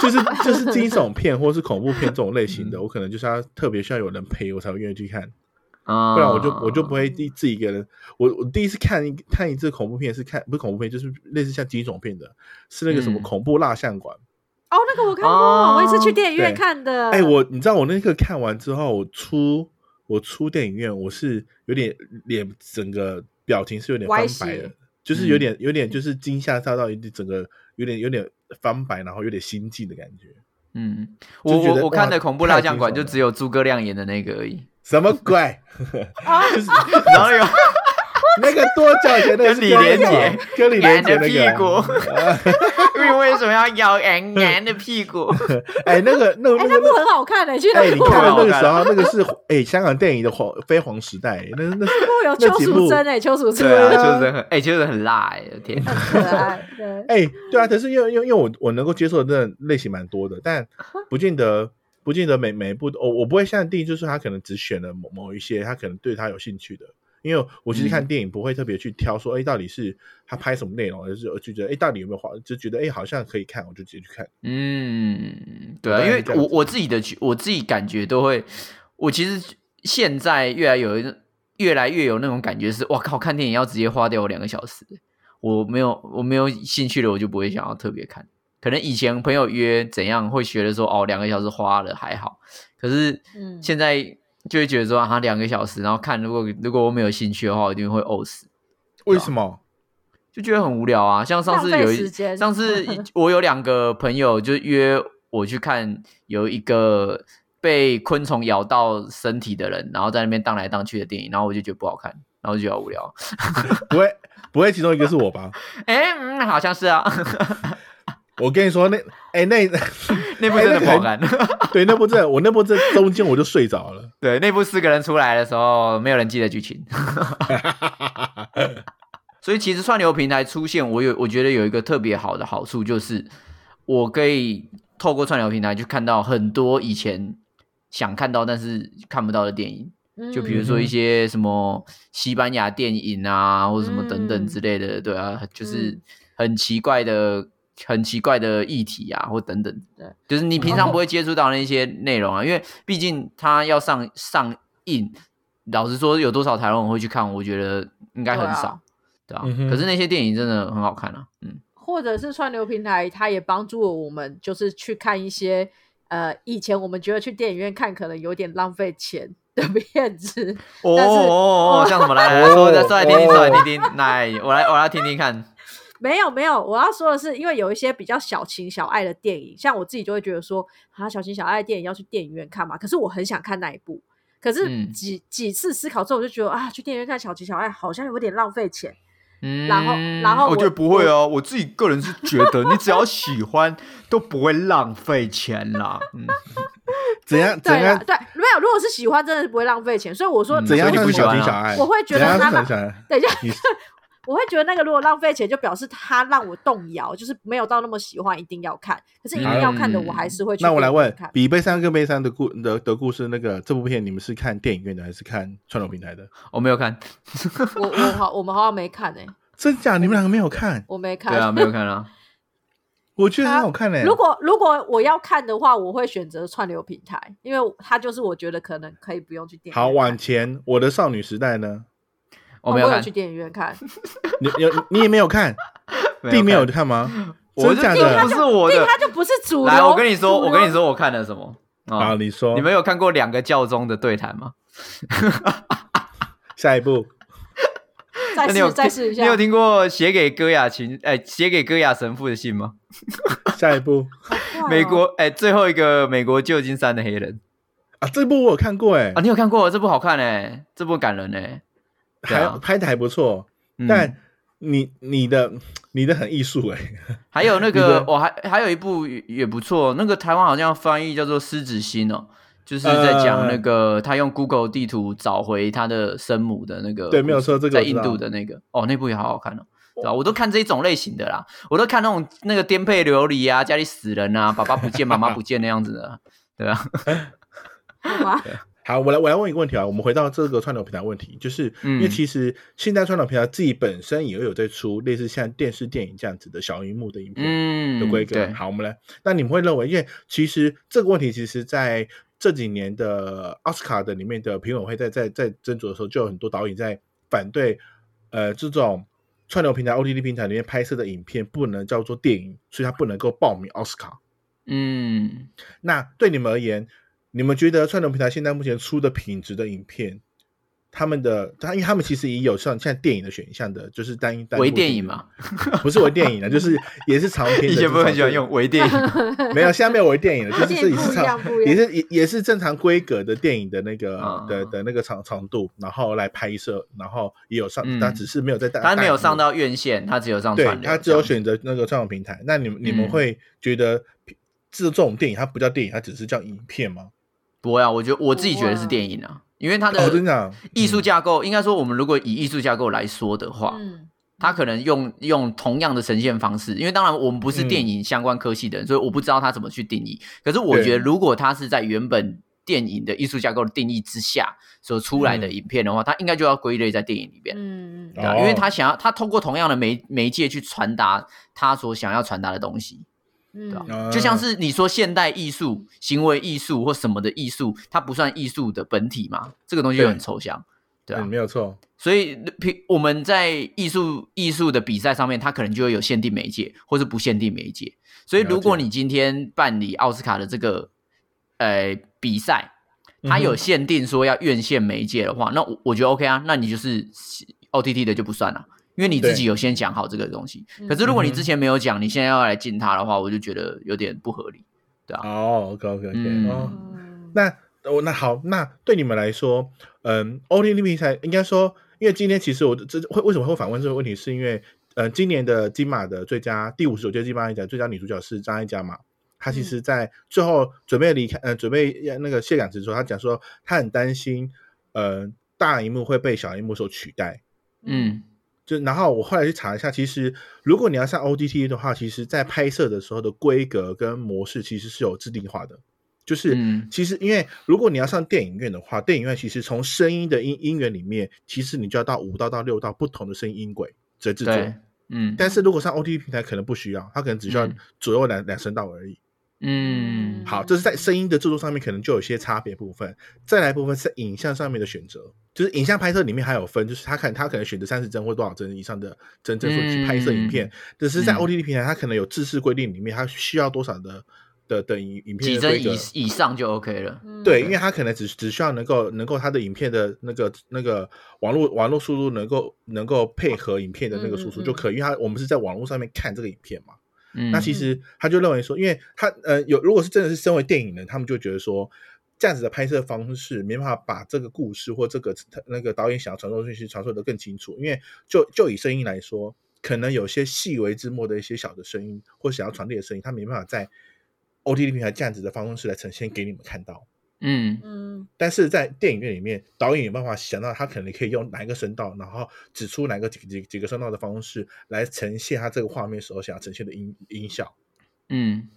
就是就是惊悚片或是恐怖片这种类型的，我可能就是要特别需要有人陪我才会愿意去看， [laughs] 啊不然我就我就不会一自己一个人。我我第一次看一看一次恐怖片是看不是恐怖片，就是类似像惊悚片的，是那个什么嗯恐怖蜡像馆。哦，那个我看过，哦我也是去电影院对看的。哎、我你知道我那个看完之后，我出我出电影院，我是有点脸整个表情是有点翻白歪斜的，就是嗯有点有点就是惊吓到到一整个有点有点翻白，然后有点心悸的感觉。嗯，就我觉得我我看哇的恐怖蜡太像惊馆悚就了只有诸葛亮演的那个而 [laughs] 已，什么鬼？啊，然 [laughs] 后有 [laughs] 那个多久以前的跟李连杰，跟李连杰演的那屁股个，， [laughs] 因为为什么要咬男男的屁股？哎，那个那个哎、那个那部很好看的、 [laughs] 去哎，那你部看了那个看时候，那个是哎香港电影的黄辉煌时代，那那部那有邱几淑部贞哎、邱淑贞 [laughs] [laughs] 对啊，对啊就是很哎，就是很辣哎，天哪！可爱，对，哎、对啊，可是因为因为因为我我能够接受的那类型蛮多的，但不见得不见得每每一部都我我不会像定义，就是他可能只选了某某一些他可能对他有兴趣的，因为我其实看电影不会特别去挑说，哎、到底是他拍什么内容，而是我就觉得哎、到底有没有画，就觉得哎、好像可以看，我就直接去看。嗯，对大啊，概因是为这样我子我自己的我自己感觉都会，我其实现在越来有一越来越有那种感觉是，哇靠，看电影要直接花掉我两个小时，我没有我没有兴趣了，我就不会想要特别看。可能以前朋友约怎样会觉得说哦两个小时花了还好，可是嗯现在就会觉得说啊两个小时，然后看如果如果我没有兴趣的话，我一定会呕死。为什么？就觉得很无聊啊。像上次浪费有时一间上次 [laughs] 我有两个朋友就约我去看有一个被昆虫咬到身体的人，然后在那边荡来荡去的电影，然后我就觉得不好看，然后就觉得好 [laughs] 无聊。不会不会，其中一个是我吧？哎、嗯，好像是啊， [laughs] 我跟你说，那哎、那 [laughs] 那哎部真的不好看。对那部这我那部这中间我就睡着了。对，那部四个人出来的时候，没有人记得剧情。 [laughs] 所以其实串流平台出现，我有我觉得有一个特别好的好处，就是我可以透过串流平台去看到很多以前想看到但是看不到的电影，就比如嗯说一些什么西班牙电影啊，或者什么等等之类的，对啊，就是嗯很奇怪的。很奇怪的议题啊，或等等，对，就是你平常不会接触到那些内容啊，因为毕竟它要上上映，老实说，有多少台湾人会去看？我觉得应该很对啊少，对啊嗯。哼可是那些电影真的很好看啊，嗯，或者是串流平台，它也帮助了我们，就是去看一些呃，以前我们觉得去电影院看可能有点浪费钱的 [laughs] 片子。哦但是哦哦，像什么来来哦说来说来听听，哦说来听听，来，我来我来听听看，没有没有，我要说的是，因为有一些比较小情小爱的电影，像我自己就会觉得说，啊，小情小爱的电影要去电影院看嘛，可是我很想看那一部，可是嗯几、几次思考之后，我就觉得啊，去电影院看小情小爱好像有点浪费钱。嗯，然后然后我觉得不会哦，我自己个人是觉 [laughs] 得，你只要喜欢都不会浪费钱啦，嗯，怎样怎对啦样对，没有，如果是喜欢，真的是不会浪费钱。所以我说，嗯怎样你算不是喜小欢情啊小爱？我会觉得怎样他算小情小爱？等一下你， [laughs] 我会觉得那个如果浪费钱，就表示他让我动摇，就是没有到那么喜欢，一定要看。可是一定要看的，嗯我还是会去。那我来问，看。比悲伤更悲伤的故的的故事，那个这部片你们是看电影院的还是看串流平台的？我哦没有看，我我好，我们好像没看诶、真假？你们两个没有看？我没看。对啊，没有看啊，我觉得很好看欸嘞、如果如果我要看的话，我会选择串流平台，因为它就是我觉得可能可以不用去电影院看。好往前，我的少女时代呢？哦我没有我看去，电影院看，你有你也没有看，并没有看吗？我真就假这个的不？是我因为的。它就哦不是主流。来，我跟你说，主流我跟你，说，我看了什么好，啊？你说，你们有看过两个教宗的对谈吗？下一步再那你有试再试一下。你有听过写给戈雅琴，哎、写给戈雅神父的信吗？下一步好快哦美国，哎、最后一个美国旧金山的黑人啊，这部我有看过哎、啊，你有看过？这部好看哎、这部感人哎、对啊还拍的还不错，嗯但你你的你的很艺术哎，还有那你个的，我还还有一部也也不错，那个台湾好像翻译叫做《狮子心》哦，就是在讲那呃个、他用 Google 地图找回他的生母的那个故事，对没有错这个在我知印道度的那个，哦，那部也好好看哦。对吧、我都看这一种类型的啦，我都看那种那个颠沛流离啊，家里死 [laughs] 人啊，爸爸不见，妈妈不见那样子的，对吧、好吧？好，我来我来问一个问题啊，我们回到这个串流平台问题，就是因为嗯其实现在串流平台自己本身也有在出类似像电视电影这样子的小荧幕的影片嗯，的规格。对，好，我们来，那你们会认为，因为其实这个问题其实在这几年的奥斯卡的里面的评委会在在在斟酌的时候，就有很多导演在反对，呃，这种串流平台 OTT 平台里面拍摄的影片不能叫做电影，所以它不能够报名奥斯卡。嗯，那对你们而言，你们觉得串流平台现在目前出的品质的影片，他们的他，因为他们其实也有像像电影的选项的，就是单一单微电影，嘛，不是微电影的，啊就是也是长篇的。 [laughs] 以前不是很喜欢用微 [laughs] 电影，就是，没有，现在没有微电 [laughs] 影了，就是是也不是一长样，不一也样。是也也是正常规格的电影的那个、啊的的那个长长度，然后来拍摄，然后也有上，嗯但只是没有在大，他没有上大荧幕到院线，他只有上对串流，他只有这选样择那个串流平台。那你们你嗯们会觉得这这种电影它不叫电影，它只是叫影片吗？不会啊，我觉得我自己觉得不是会啊电影啊，因为它哦，真的的 [laughs] 啊艺术架构，应该说我们如果以艺术架构来说的话，嗯，他可能用用同样的呈现方式，因为当然我们不是嗯电影相关科系的人，所以我不知道他怎么去定义。可是我对觉得，如果他是在原本电影的艺术架构的定义之下所出来的嗯影片的话，它应该就要归类在电影里边，嗯对啊、哦因为他想要他通过同样的媒媒介去传达他所想要传达的东西，嗯对啊嗯，啊就像是你说现代艺术、行为艺术或什么的艺术，它不算艺术的本体嘛，这个东西就很对抽象，对啊嗯，。没有错，所以，平我们在艺术艺术的比赛上面，它可能就会有限定媒介，或是不限定媒介。所以，如果了解你今天办理奥斯卡的这个呃比赛，它嗯有哼限定说要院线媒介的话，那我我觉得 OK 啊，那你就是 OTT 的就不算了，因为你自己对有先讲好这个东西。嗯可是，如果你嗯哼之前没有讲，你现在要来进它的话，我就觉得有点不合理。哦，OK OK OK，、嗯哦，那哦，那好，那对你们来说，嗯，OTT 平台应该说，因为今天其实我这会为什么会反问这个问题，是因为呃，今年的金马的最佳第五十九届金马奖最佳女主角是张艾嘉嘛？她其实，在最后准备离开，呃，准备要那个卸岗时的时候，她讲说，她很担心，呃，大荧幕会被小荧幕所取代。嗯就然后我后来去查一下，其实如果你要上 ODT 的话，其实在拍摄的时候的规格跟模式其实是有制定化的。就是嗯其实因为如果你要上电影院的话，电影院其实从声音的音音源里面，其实你就要到五道到六道不同的声音音轨则制作对。，嗯但是如果上 OTT 平台可能不需要，它可能只需要嗯左右两两声道而已。嗯好，这是在声音的制作上面可能就有些差别部分。再来部分是影像上面的选择，就是影像拍摄里面还有分，就是他可能他可能选择三十帧或多少帧以上的帧帧数去拍摄影片，只是在嗯 OTT 平台，它可能有制式规定里面，它需要多少的的的影影片几的帧规以格。以上就 OK 了。对，因嗯为它可能只只需要能够能够它的影片的那个那个网络网络速度能够能够配合影片的那个输出就可以，因为它我们是在网络上面看这个影片嘛。嗯，那其实他就认为说，因为他呃有，如果是真的是身为电影人，他们就觉得说，这样子的拍摄方式没办法把这个故事或这个呃那个导演想要传授的讯息传授的更清楚。因为就就以声音来说，可能有些细微之末的一些小的声音或想要传递的声音，他没办法在 OTT 平台这样子的方式来呈现给你们看到。嗯嗯但是在电影院里面，导演有办法想到他可能可以用哪一个声道，然后指出哪个几几几个声道的方式来呈现他这个画面所想要呈现的音音效。嗯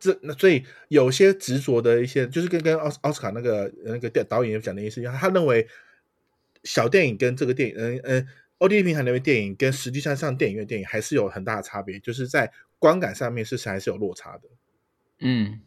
这那所以有些执着的一些，就是跟跟奥斯奥斯卡那个那个电导演讲的意思一样，他认为小电影跟这个电影，嗯嗯，OTT 平台那边电影跟实际上上电影院电影还是有很大的差别，就是在观感上面是还是有落差的。嗯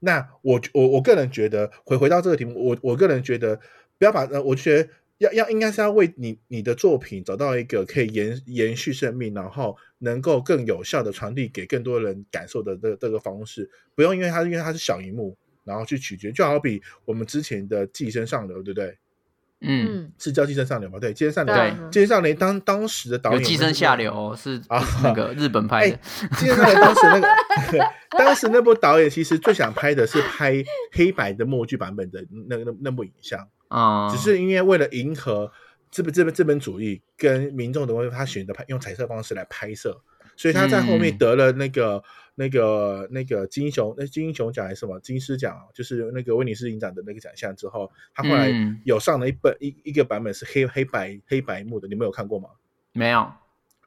那我我我个人觉得，回回到这个题目，我我个人觉得，不要把呃，我觉得要要应该是要为你你的作品找到一个可以延延续生命，然后能够更有效的传递给更多人感受的这这个方式，不用因为它因为它是小荧幕，然后去取决，就好比我们之前的《寄生上流》，对不对？嗯，嗯，是叫《寄生上流》吗？对，《寄生上流》对《寄生上流》当当时的导有演寄生下流哦是啊那个日本拍的哎，寄生上流当时那个 [laughs] 当时那部导演其实最想拍的是拍黑白的默剧版本的那那那部影像。啊，只是因为为了迎合资本资本资本主义跟民众的关系，他选择拍用彩色方式来拍摄，所以他在后面嗯得了那个、那个那个金熊那金熊奖还是什么金狮奖啊，就是那个威尼斯影展的那个奖项之后，他后来嗯有上了一本、一一个版本是黑黑白黑白幕的，你们有看过吗？没有，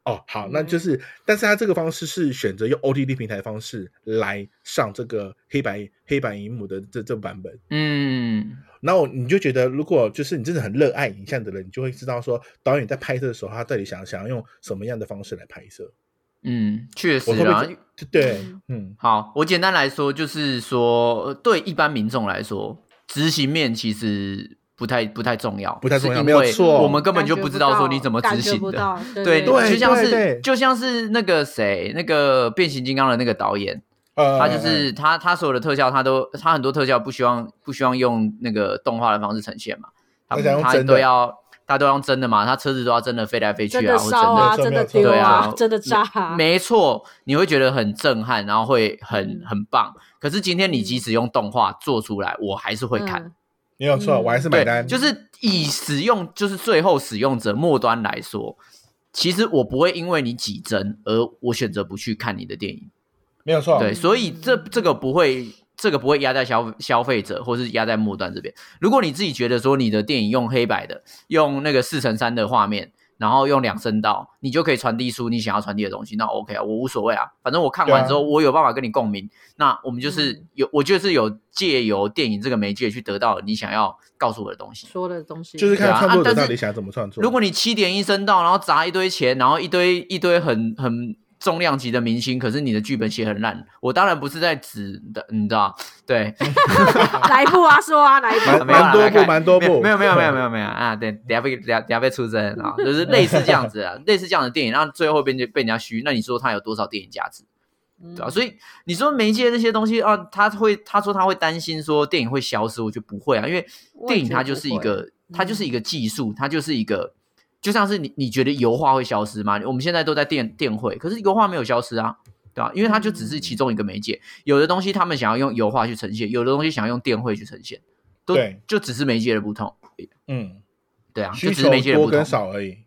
哦，好，那就是，但是他这个方式是选择用 OTT 平台方式来上这个黑白黑白荧幕的这这版本，嗯然后你就觉得，如果就是你真的很热爱影像的人，你就会知道说，导演在拍摄的时候，他到底想想要用什么样的方式来拍摄。嗯，确实我会不啊会。对对嗯，嗯，好，我简单来说就是说，呃对一般民众来说，执行面其实不太不太重要，不太重要是因没有为错嗯我们根本就不知道说你怎么感执觉行不的。到，对，对对就像对对是就像是那个谁，那个变形金刚的那个导演，呃他就是他他所有的特效，他都他很多特效不希望不希望用那个动画的方式呈现嘛，他而且要用他真的都要他都要用真的嘛，他车子都要真的飞来飞去真啊，的或烧啊，真真的的对丢啊真的炸啊，没错，你会觉得很震撼，然后会很嗯很棒。可是今天你即使用动画做出来，我还是会看。嗯没有错，嗯我还是买对，单，就是以使用就是最后使用者末端来说，其实我不会因为你几帧而我选择不去看你的电影。没有错，对，所以这这个不会，这个不会压在消消费者或是压在末端这边。如果你自己觉得说你的电影用黑白的，用那个四乘三的画面，然后用两声道，你就可以传递出你想要传递的东西，那 OK 啊，我无所谓啊，反正我看完之后、对我有办法跟你共鸣，那我们就是嗯有，我就是有借由电影这个媒介去得到你想要告诉我的东西。说的东西就是 [laughs] 看对啊创作啊但者是到底想怎么创作。如果 [laughs] 你七点一声道，然后砸一堆钱，然后一堆一堆很很重量级的明星，可是你的剧本写很烂，我当然不是在指的，你知道？对，哪一部啊？说啊，哪一蛮部？没有啦蛮多来部看蛮多部没有没有没有没有没有没有啊！对，等下被等下等下被出征啊，就是类似这样子啊，类似这样的电影，然后最后被人家被人家虚，那你说它有多少电影价值？嗯 [laughs] 对啊，所以你说媒介这些东西啊，他会他说他会担心说电影会消失，我觉得不会啊，因为我也电影觉得它就是一不嗯个它就是一个技术，它就是一个就像是你你觉得油画会消失吗？我们现在都在电电绘，可是油画没有消失啊。对啊，因为它就只是嗯其中一个媒介，有的东西他们想要用油画去呈现，有的东西想要用电绘去呈现，都对就只是媒介的不同。嗯，对啊，就需只求是媒介的多不同跟。少而已。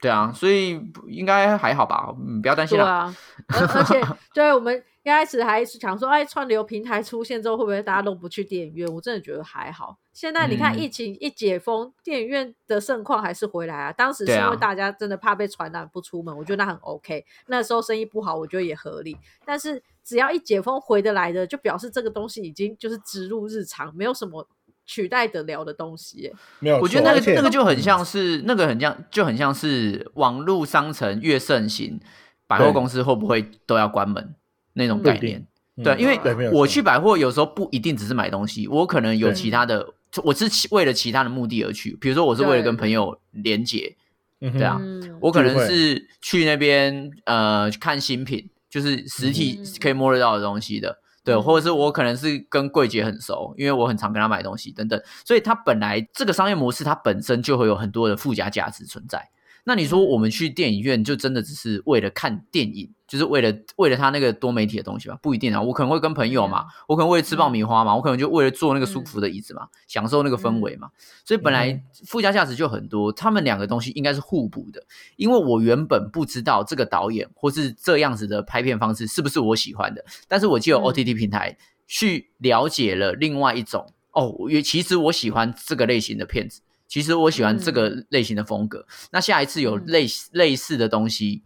对啊，所以不应该还好吧，嗯，不要担心对啦。啊，而而 [laughs] 且对我们一开始还想说，哎，串流平台出现之后，会不会大家都不去电影院？我真的觉得还好。现在你看嗯疫情一解封，电影院的盛况还是回来啊。当时是对啊因为大家真的怕被传染不出门，我觉得那很 OK。那时候生意不好，我觉得也合理。但是只要一解封回得来的，就表示这个东西已经就是植入日常，没有什么取代得了的东西耶。没有错，我觉得那而且嗯个那个就很像是那个很像就很像是网络商城越盛行，百货对公司会不会都要关门那种嗯概不一定念？对，啊嗯因为对没有错我去百货有时候不一定只是买东西，我可能有对其他的，就我是其为了其他的目的而去，比如说我是为了对跟朋友连结，嗯哼对啊嗯，我可能聚会是去那边呃看新品，就是实体嗯可以摸得到的东西的，对，嗯或者是我可能是跟柜姐很熟，因为我很常跟她买东西等等，所以它本来这个商业模式它本身就会有很多的附加价值存在。那你说我们去电影院就真的只是为了看电影，就是为了为了他那个多媒体的东西吗？不一定啊，我可能会跟朋友嘛，我可能为了吃爆米花嘛，我可能就为了坐那个舒服的椅子嘛，享受那个氛围嘛。所以本嗯来附加价值就很多，他们两个东西应该是互补的。因为我原本不知道这个导演或是这样子的拍片方式是不是我喜欢的，但是我借由嗯 OTT 平台去了解了另外一种哦，我也其实我喜欢这个类型的片子，其实我喜欢这个类型的风格。那下一次有嗯类似类似的东西，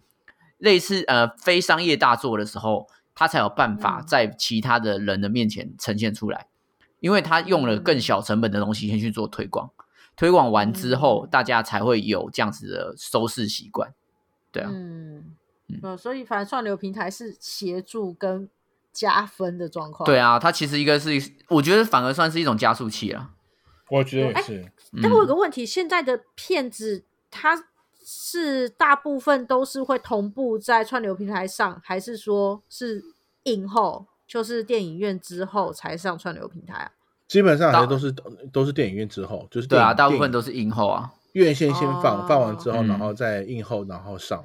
类似呃非商业大作的时候，他才有办法嗯在其他的人的面前呈现出来，因为他用嗯了更小成本的东西先去做推广。推广完之后，嗯大家才会有这样子的收视习惯。对啊，嗯嗯，呃，所以反正串流平台是协助跟加分的状况。对啊，它其实一个是，我觉得反而算是一种加速器啦。我觉得也是，但我有嗯个问题，现在的片子它是大部分都是会同步在串流平台上，还是说是映后，就是电影院之后才上串流平台啊？基本上好像到都是都是电影院之后，就是对电啊，影大部分都是映后啊。院线先放，哦放完之后，嗯然后再映后，然后上。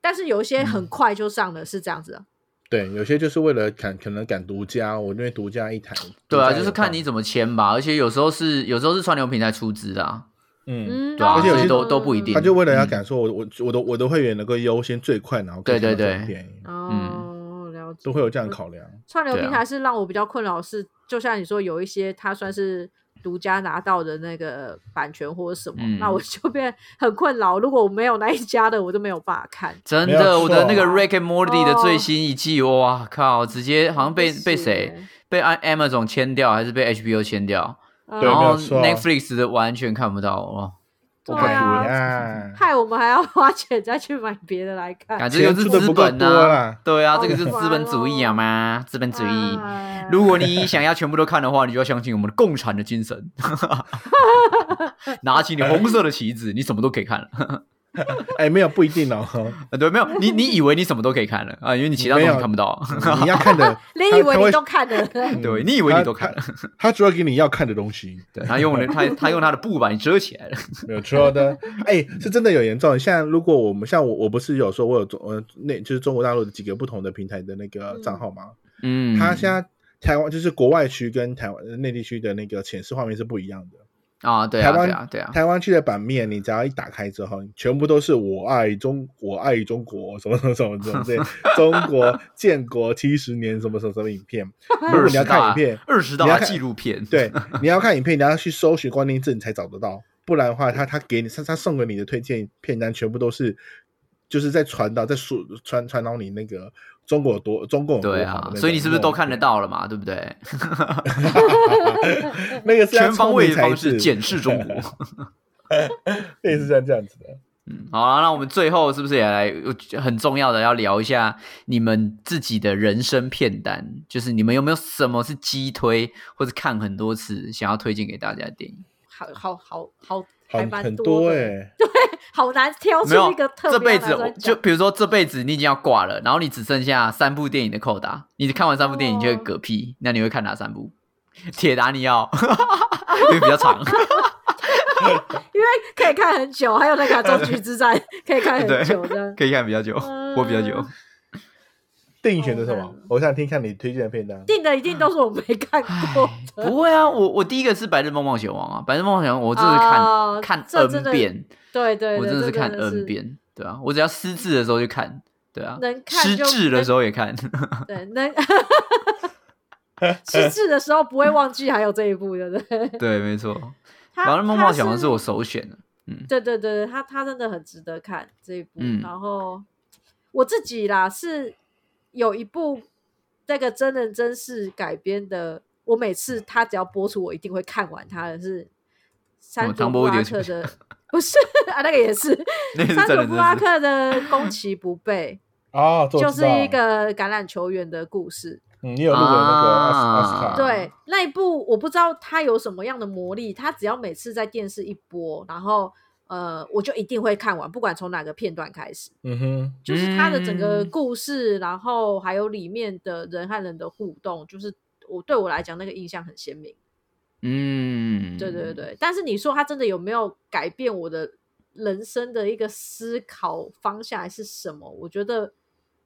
但是有一些很快就上了，是这样子啊。对，有些就是为了赶，可能赶独家，我那边独家一台。对啊，独家就是有看放你怎么签吧，而且有时候是有时候是串流平台出资的、啊，嗯，嗯，对啊，而且有所些以都都不一定。他就为了要嗯赶说，我我我的我的会员能够优先最快，然后可以对对看到对最便宜，哦，嗯了解，都会有这样考量。串流对啊平台是让我比较困扰的是，就像你说有一些它算是独家拿到的那个版权或者什么，嗯那我就变很困扰。如果我没有那一家的，我就没有办法看。真没有的，我的那个《错啊 Rick and Morty》的最哦新一季，哇靠，直接好像被不行被谁？被啊 Amazon 签掉，还是被 HBO 签掉？欸？对然没有后错啊 Netflix 的完全看不到哦，啊对我快哭啊了。呀，害我们还要 [laughs] 花钱再去买别的来看。感觉就是钱出得资不够本多啊啦，对啊，好这个是烦资本主义啊哦嘛，资本主义。哎如果你想要全部都看的话，你就要相信我们的 [laughs]，共产的精神，拿起你红色的旗子，你什么都可以看了。 [laughs] 哎，没有不一定哦，呃对，没有你，你以为你什么都可以看了啊，因为你其他东没西有看不到。 [laughs] 你要看的你他以为他会嗯你都看 [laughs] 了？对你以为你都看了，他主要给你要看的东西，对他用了他他用他的布把你遮起来了。 [laughs] 没有错的。哎，是真的有严重。像如果我们像我，我不是有说我有中呃那就是中国大陆的几个不同的平台的那个账号吗？嗯，它现在台湾就是国外区跟台湾内地区的那个显示画面是不一样的。啊，对台啊，湾对啊，对啊，台湾区的版面，你只要一打开之后，全部都是“我爱中，我爱中国”什么什么什么什么，对， [laughs] 中国建国七十年什么什么什么影片。如果二你要十看大影片，二十你要大看纪录 [laughs] 片，啊对，你要看影片，你要去搜寻关键字，你才找得到。不然的话，他他给你他他送给你的推荐片单，全部都是就是在传导，在说传传导你那个中国有多中共有多对好的啊那，种所以你是不是都看得？到了嘛？对不对？ [laughs] 那个是他全方位的聪明方才智式 [laughs] 检视中国。类似像这样子的。嗯，好啊，那我们最后是不是也来呃很重要的要聊一下你们自己的人生片单？就是你们有没有什么是击推或者看很多次想要推荐给大家的电影？好好好好， [laughs] 还很蛮很多哎、的，好难挑没有出一个特别这辈拿子出来讲就比如说这辈子你已经要挂了，然后你只剩下三部电影的扣打，你看完三部电影就会嗝屁，那你会看哪三哦部？铁达尼奥，因为比较长，因为可以看很久，还有那个《终局之战》 [laughs] 可以看很久的。可以看比较久，我比较呃久。定选的什么嗯？我想听一下你推荐的片单。定的一定都是我没看过唉的，不会啊，我我第一个是《白日梦冒险王》啊，《白日梦冒险王》我真的是看、哦看这真 N 的遍， [laughs] 对对对，我真的这是看是 N 遍，对啊，我只要失智的时候就看，对啊，能看失就智的时候 [laughs] 也看，对，能失智的时候不会忘记还有这一部，对不 [laughs] 对？对，没错，《他白日梦冒险王他》是我首选的， [laughs] 嗯对对对，他他真的很值得看这一部。嗯然后我自己啦是有一部那个真人真事改编的，我每次他只要播出，我一定会看完它的是山唐卓伯布虎拉点克秋的， [laughs] 不是啊，那个也 [laughs] 是那是山真卓的布拉真是，克的《攻其不备哦，》，这我就知是道一、个橄榄球员的故事。嗯、你有入围那个奥斯奥斯啊卡，对，那一部我不知道它有什么样的魔力，它只要每次在电视一播，然后呃，我就一定会看完，不管从哪个片段开始，嗯哼，就是它的整个嗯故事，然后还有里面的人和人的互动，就是我对我来讲那个印象很鲜明。嗯，对对对，对，但是你说它真的有没有改变我的人生的一个思考方向还是什么？我觉得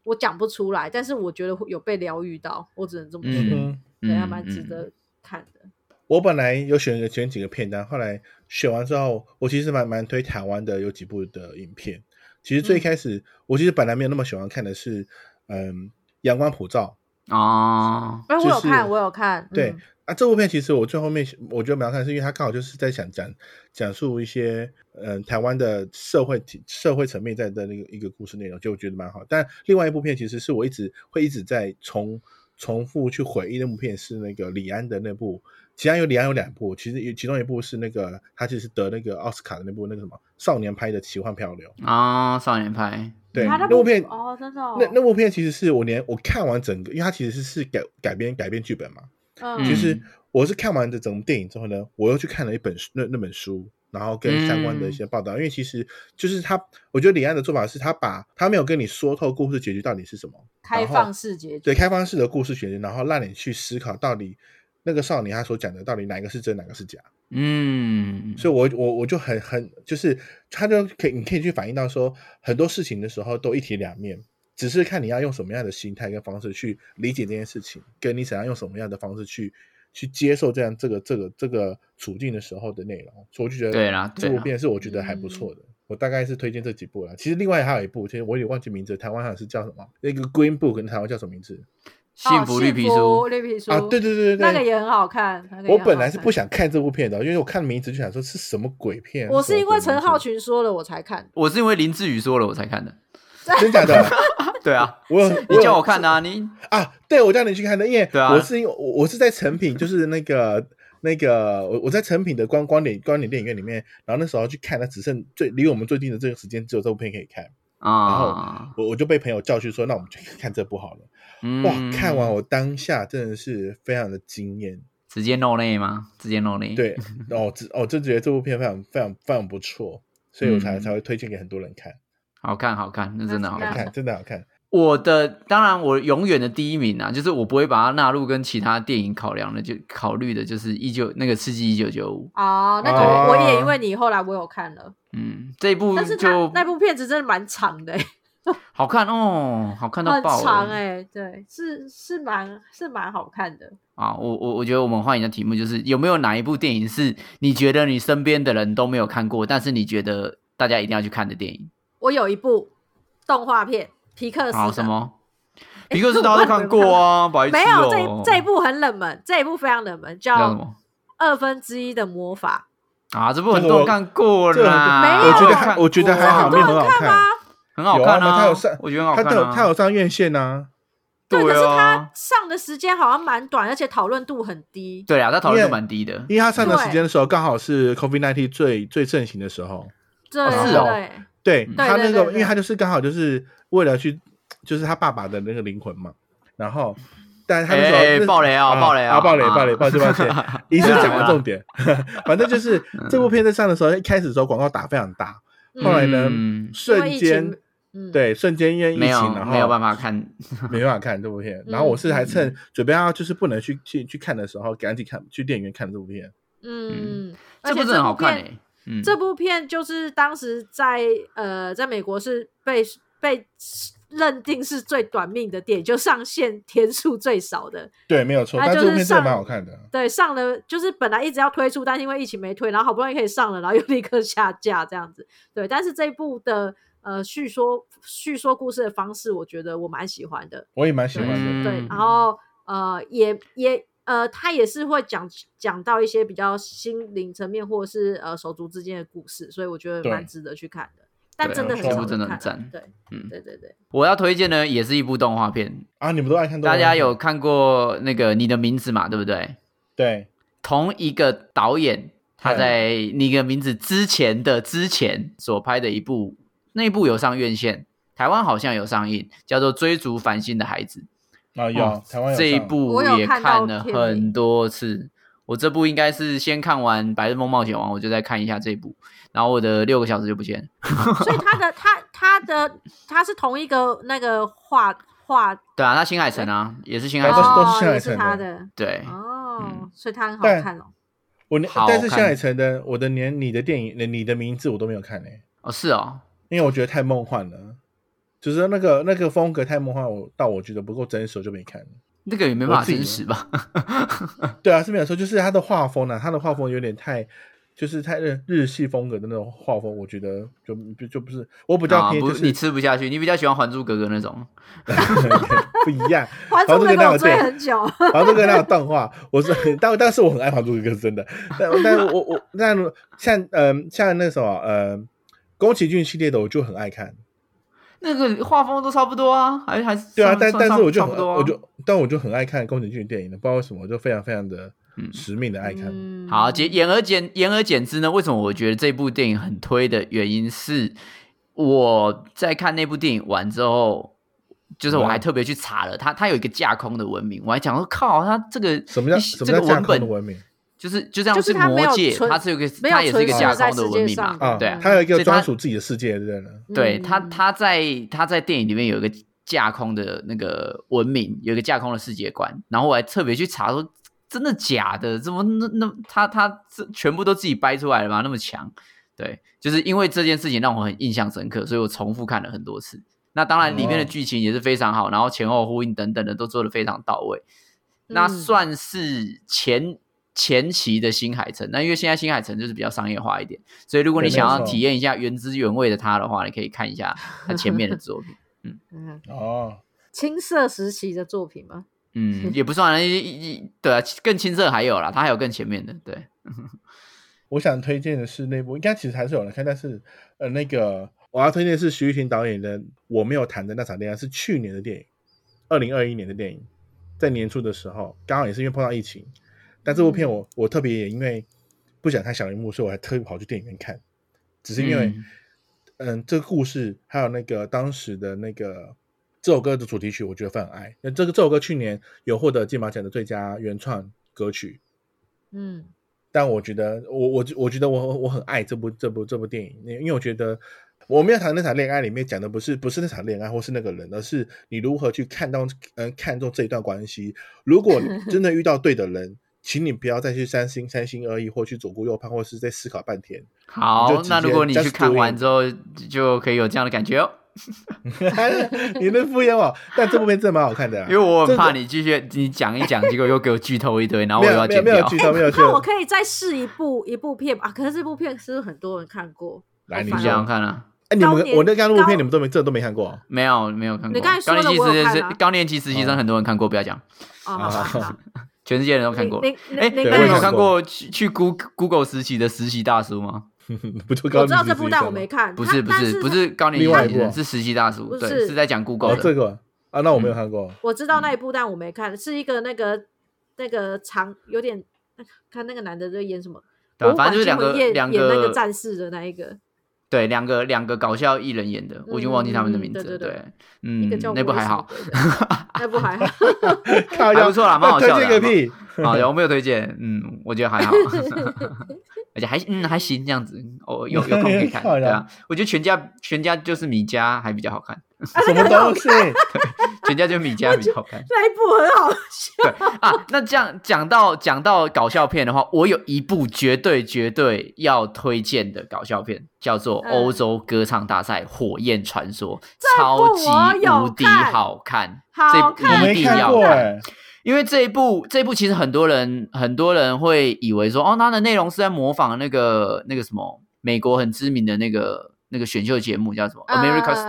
我讲不出来，但是我觉得会有被疗愈到，我只能这么说，嗯嗯哼。对，还蛮值嗯得看的。我本来有选个选几个片单，后来选完之后，我其实蛮蛮推台湾的有几部的影片。其实最嗯开始、我其实本来没有那么喜欢看的是，嗯，《阳光普照哦，哎，我就有是看，我有看，》。对、嗯啊，这部片其实我最后面我觉得蛮好看，是因为它刚好就是在想讲讲述一些嗯台湾的社会体社会层面在的那个一个故事内容，就我觉得蛮好。但另外一部片其实是我一直会一直在重重复去回忆那部片是那个李安的那部其他有李安有两部，其实有其中一部是那个他其实得那个奥斯卡的那部那个什么少年拍的奇幻漂流，啊，少年派，对，他那那部部片哦，真的哦，那那部片其实是我连我看完整个，因为它其实是改改编改编剧本嘛，嗯其嗯实我是看完这整部电影之后呢，我又去看了一本书，那那本书，然后跟相关的一些报道，因为其实就是他，我觉得李安的做法是他把他没有跟你说透故事结局到底是什么，开然后放式结对局，哦开放式的故事结局，然后让你去思考到底那个少年他所讲的到底哪个是真，哪个是假。嗯，所以我我我就很很就是他就可以你可以去反映到说很多事情的时候都一体两面，只是看你要用什么样的心态跟方式去理解这件事情，跟你想要用什么样的方式去去接受这样这个这个这个处境的时候的内容。所以我就觉得对啦这对部啦片是我觉得还嗯不错的。我大概是推荐这几部啦，其实另外还有一部，其实我有点忘记名字，台湾好像是叫什么，那个 Green Book，台湾叫什么名字幸福绿哦皮书，绿皮书啊？对对对对对，那个也很好看。那个也我很本好来是看不，想看这部片的，因为我看名字就想说是什么鬼片。我是什么因鬼为名陈字浩群说了我才看，我是因为林志宇说了我才 [laughs] 看的，真假的？对啊，我有 [laughs] 你有叫我看的 [laughs] 啊，你啊？对，我叫你去看的，因为对啊我是因为我我是在成品，就是那个那个我我在成品的光光点光点电影院里面，然后那时候去看，那只剩最离我们最近的这个时间只有这部片可以看，啊，我我就被朋友叫去说，那我们去看这部好了。嗯哇，看完我当下真的是非常的惊艳，直接 no 内吗？直接 no 内，对，哦，这哦就觉得这部片非常非常非常不错。所以我才嗯才会推荐给很多人看，好看，好看，那真的好好看。看，真的好看。我的当然，我永远的第一名啊，就是我不会把它纳入跟其他电影考量的，就考虑的就是一九那个《世纪一九九五》。哦，那个哦我我也因为你后来我有看了，嗯，这一部但是就它那部片子真的蛮长的、欸，好看哦，好看到很爆长了哎、对，是是蛮是蛮好看的。啊，我我我觉得我们换一下题目，就是有没有哪一部电影是你觉得你身边的人都没有看过，但是你觉得大家一定要去看的电影？我有一部动画片，皮克斯好，的 [laughs] 什么？诶皮克斯大家都看过啊，白痴啊没哦有，这一这一部很冷门，这一部非常冷门，叫什叫《么二分之一的魔法啊？这部很多人看过这个啦，没有我觉得还看我觉得还好，很没多有很人好看，》吗？很好有啊看啊，它有上我觉得很好它看都啊，它有上院线啊，对，可对是它啊，上的时间好像蛮短，而且讨论度很低。对啊，他讨论因为度蛮低的，因为它上的时间的时候刚好是 COVID nineteen 最最盛行的时候，对哦对是哦对，对嗯他那对对个，对对因为他就是刚好就是为了去，就是他爸爸的那个灵魂嘛，然后。但是他那时候哎那爆雷哦啊爆雷哦啊！暴雷啊嗯暴雷暴雷！抱 [laughs] 歉，一次讲完重点。 [laughs] 反正就是这部片在上的时候，一开始的时候广告打非常大，后来呢，嗯因为瞬疫间情，嗯，对瞬间因为疫没有情，然后没有办法看，没办法看这部嗯片。然后我是还趁准备要就是不能去去去看的时候，赶紧看去电影院看这部片。嗯，而且这部真的很好看片诶，嗯，这部片就是当时在呃，在美国是被被认定是最短命的电影，就上线天数最少的。对，没有错。它但就这是部片真的上蛮好看的。对，上了就是本来一直要推出，但是因为疫情没推，然后好不容易可以上了，然后又立刻下架这样子。对，但是这一部的呃叙说叙说故事的方式，我觉得我蛮喜欢的。我也蛮喜欢的。嗯对，然后呃也也呃，他也是会讲讲到一些比较心灵层面或者是呃手足之间的故事，所以我觉得对蛮值得去看的。但对真的很这部少人真的很看啊赞对，嗯对对对，我要推荐呢，也是一部动画片，啊，你们都爱看动大画片？家有看过那个《你的名字》嘛？对不对？对同一个导演，他在《你的名字》之前的之前所拍的一部，那一部有上院线，台湾好像有上映，叫做《追逐繁星的孩子》。啊？有哦台湾有这一上部我有也看到看了片名很多次。我这部应该是先看完《白日梦冒险王》，我就再看一下这一部，然后我的六个小时就不见了。所以他的他他的他是同一个那个画画，对啊，那新海诚啊，也是新海都诚。是都哦是新海也是诚的他的对，哦嗯，所以他很好但看哦。我连好但是看新海诚的我的连你的电影连你的名字我都没有看呢、哦是哦，因为我觉得太梦幻了，就是那个那个风格太梦幻，我到我觉得不够真实，我就没看。那个也没办我法自己真实吧？对啊，是没有错，就是他的画风呢、啊，他的画风有点太。就是太日日系风格的那种画风，我觉得就就就不是我比较啊，偏不就是是你 [laughs] 吃不下去，你比较喜欢《还珠格格》那种。不一样。 [laughs] 还然后珠这个格格让我我追对很久， [laughs] 然后这个那个动画，我是 [laughs] 但但是我很爱《还珠格格》，真 [laughs] 的。但但我我那如像嗯、像那什么呃宫崎骏系列的，我就很爱看。那个画风都差不多啊，还还是对啊，算但算但是我就差很不多啊、我就但我就很爱看宫崎骏的电影的，不知道为什么，我就非常非常的嗯使命 [laughs] 的爱看。嗯好，简言而简言而简之呢，为什么我觉得这部电影很推的原因是，我在看那部电影完之后，就是我还特别去查了它，它有一个架空的文明，我还讲说靠，它这个什么叫一什么这叫个架文空的本文明就是就像就是它没有魔界，存它是有一个没有它也是一个存架在空的世界文明上嘛，啊？对啊，它有一所个以它专属自己的世界，对不对？对他，嗯他在他在电影里面有一个架空的那个文明，有一个架空的世界观。然后我还特别去查说，真的假的？怎么那那他他这全部都自己掰出来了吗？那么强？对，就是因为这件事情让我很印象深刻，所以我重复看了很多次。那当然，里面的哦剧情也是非常好，然后前后呼应等等的都做得非常到位。那嗯算是前前期的新海诚，那因为现在新海诚就是比较商业化一点，所以如果你对想没要错体验一下原汁原味的他的话，你可以看一下他 [laughs] 前面的作品。嗯哦，青涩时期的作品吗？ [laughs] 嗯，也不算啊，一一一对啊，更青涩还有啦，他还有更前面的，对，我想推荐的是那部，应该其实还是有人看，但是呃，那个我要推荐的是徐玉婷导演的《我没有谈的那场恋爱》，是去年的电影，二零二一年的电影，在年初的时候，刚好也是因为碰到疫情，但这部片我、我特别也因为不想看小荧幕，所以我还特别跑去电影院看，只是因为嗯嗯这个故事还有那个当时的那个。这首歌的主题曲，我觉得非常爱。那这个这首歌去年有获得金马奖的最佳原创歌曲，嗯，但我觉得我我我觉得我我很爱这部这部这部电影，因为我觉得我们要谈那场恋爱里面讲的不是不是那场恋爱或是那个人，而是你如何去看到嗯、看重这一段关系。如 [laughs] 果你真的遇到对的人，请你不要再去三心三心二意，或去左顾右盼，或是再思考半天。 [laughs] 好就，直那如接果你 just 去看 do 完 it 之后，就可以有这样的感觉哦。哎你那敷衍我，但这部片真的蛮好看的、啊，因为我很真的怕你继续你讲一讲，结果又给我剧透一堆，然后没我又有要没有剪没有掉剧。透，没有剧 [laughs] 那透。我可以再试一部一部片啊，可是这部片是不是很多人看过？来，你好烦你想哦想说，看啊，哎，你们高年我那刚录高片，你们都没这都没看过啊。没有没有看过。你刚才高说年了级我有实习看生啊，高年级实习生哦很多人看过，不要讲，哦，好好好， [laughs] 全世界人都看过。你你哎，你你对刚我有才有看看过去去 Google Google 实习的实习大叔吗？不就高我知道年级实这部，习但生我吗没看。不它是不但是是不它是高年级另外实一习部生，啊是实习大叔，不对，是是在讲 Google 哦，的。这个啊，那我嗯没有看过。我知道那一部，但我没看，是一个那个那个长有点，看那个男的在演什么，对啊博物反馆正就是两惊个魂夜两演那个个战士的那一个，对，两个两个搞笑艺人演的，我已经忘记他们的嗯名字对了。对对一嗯个叫，那部威还什好么，鬼的 [laughs] 那部还好，，靠还腰不错啦，蛮好那笑的推啦。荐个屁！好 [laughs] 的，我没有推荐，嗯，我觉得还好，而且还嗯还行这样子，哦，有有空可 [laughs] 以看，靠对腰啊，我觉得全家全家就是米家还比较好看，什么东西？全家就是米家比较好看那一部很好笑。 [laughs] 对啊。那这样讲到讲到搞笑片的话，我有一部绝对绝对要推荐的搞笑片，叫做《嗯欧洲歌唱大赛火焰传说》，部超我级有无敌看好看，好这我看部一没定看要过看。哎，因为这一部这一部其实很多人很多人会以为说，哦，它的内容是在模仿那个那个什么美国很知名的那个那个选秀节目叫什么《嗯 America Star》，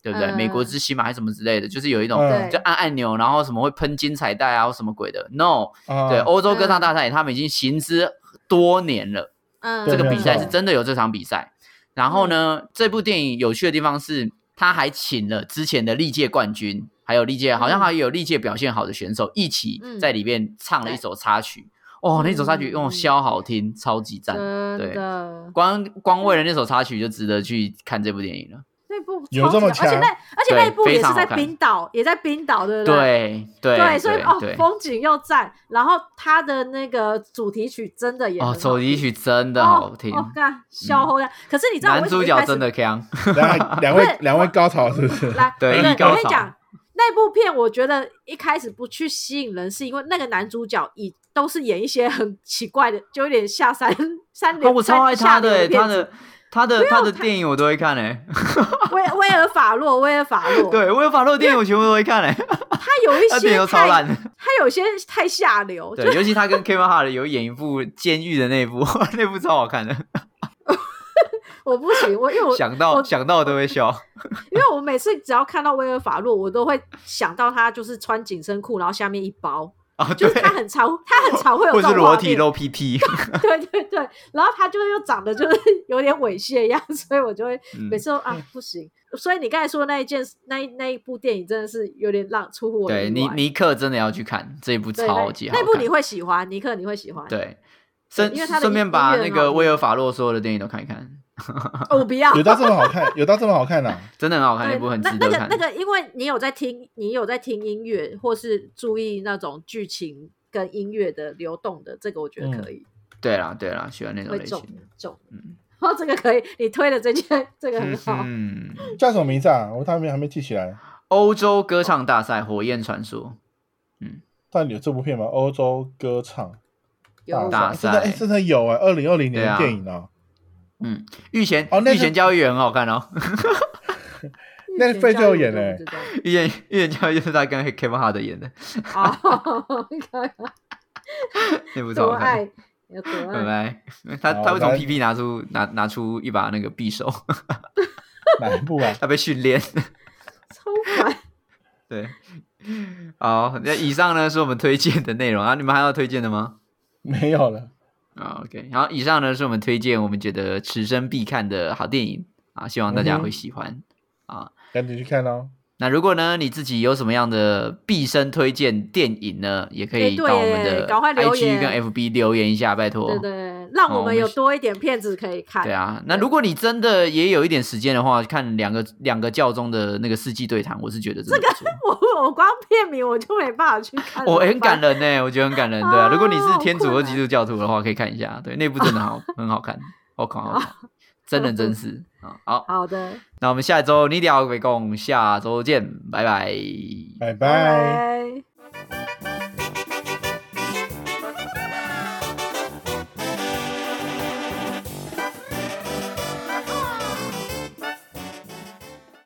对不对？嗯美国之星嘛，还是什么之类的，就是有一种嗯就对按按钮，然后什么会喷金彩带啊，或什么鬼的。No，啊对，欧洲歌唱大赛他们已经行之多年了。嗯，对这个没比赛错是真的有这场比赛。然后呢，这部电影有趣的地方是，他还请了之前的历届冠军，还有历届好像还有历届表现好的选手一起嗯在里面唱了一首插曲。哦，那首插曲嗯嗯用嗯消好听，超级赞！真的光光为了那首插曲就值得去看这部电影了。那部有这超级么好而且强那而且那一对部非也是常在好看冰岛，也在冰岛，对不对？对对对，所以哦对，，风景又赞，然后它的那个主题曲真的也哦，很好主题曲真听的好听，嗯哦，干笑后呀！可是你知道我男为什么主一角开始真的强。哦两两位两位高潮是不 [laughs] 是？来，对我一跟高我跟你潮讲，那部片我觉得一开始不去吸引人，是因为那个男主角以都是演一些很奇怪的，就有点下三三哦流，我超爱三下 [laughs] 他流的，片他子的他的他的电影我都会看诶。威威尔法洛，威尔法洛， [laughs] 对，我有法洛电影，我全部都会看诶、欸他有一他些电影都超太烂的。他有些太下流，就对，尤其他跟 Kevin Hart 有演一部监狱的那一部， [laughs] 那部超好看的，我不行，我因为我 [laughs] 想到我想到都会笑。因为我每次只要看到威尔法洛，我都会想到他就是穿紧身裤，然后下面一 [laughs] 包，啊，就对是，他很常他很常会有或这者种是裸画体面，[laughs] 露 PT，对对对，然后他就又长得就是有点猥亵一样，所以我就会 [laughs] 嗯每次都啊不行。所以你刚才说的那一件那一那一部电影真的是有点让出乎我的对，意尼外。尼克真的要去看这一部对超级好那看。那部你会喜欢，尼克你会喜欢。对，对顺因为他的顺便音把乐那很个好威尔法洛所有的电影都看一看，哦，我不要。有到这么好看？有到这么好看啊呐？真的很好看，对部很那值那得个看那。个，因为你有在听，你有在听音乐，或是注意那种剧情跟音乐的流动的，这个我觉得可以，对啦对啦，喜欢那种会嗯类型中的。中。 [laughs] 嗯然后这个可以，你推的这件这个很好。嗯，叫什么名字啊？我他们还没记起来。欧洲歌唱大赛《火焰传说到底有这部片吗？欧洲歌唱有大真的哎，真的有哎，二零二零年对的啊电影哦。》。嗯，御前哦那御是前教育也很好看哦。 [laughs] 那以前废教育旧演我都嘞不知道预言预言家就是他跟 Kevin Hart 演的，哦， [laughs] 那部超多好看。爱，有 [laughs] 多拜爱。嗯拜。他好他会从拜 PP 拿出拿拿出一把那个匕首， [laughs] 哪一部啊？他被训练。 [laughs] 超烦。对，好，那以上呢是我们推荐的内容啊，你们还要推荐的吗？没有了。啊，OK，然后以上呢是我们推荐我们觉得此生必看的好电影啊，希望大家嗯哼会喜欢。赶紧去看喽！哦那如果呢，你自己有什么样的毕生推荐电影呢？也可哎以对到我们耶的赶快留 IG 言跟 FB 留言一下，拜托。对对，让好我我们们有是多一点片子可以看。哦对，啊，那如果你真的也有一点时间的话，看两个两个教宗的那个世纪对谈，我是觉得这个 [laughs] 我我光片名我就没办法去看，怎我、么哦很感办。人呢、我觉得很感人。对啊，哦如果你是天主好或困基难督教徒的话，可以看一下，对，那部真的好，很好看，好看，好啊看，真人真事啊。好，好的，那我们下周你聊北共，下周见，拜拜拜拜拜。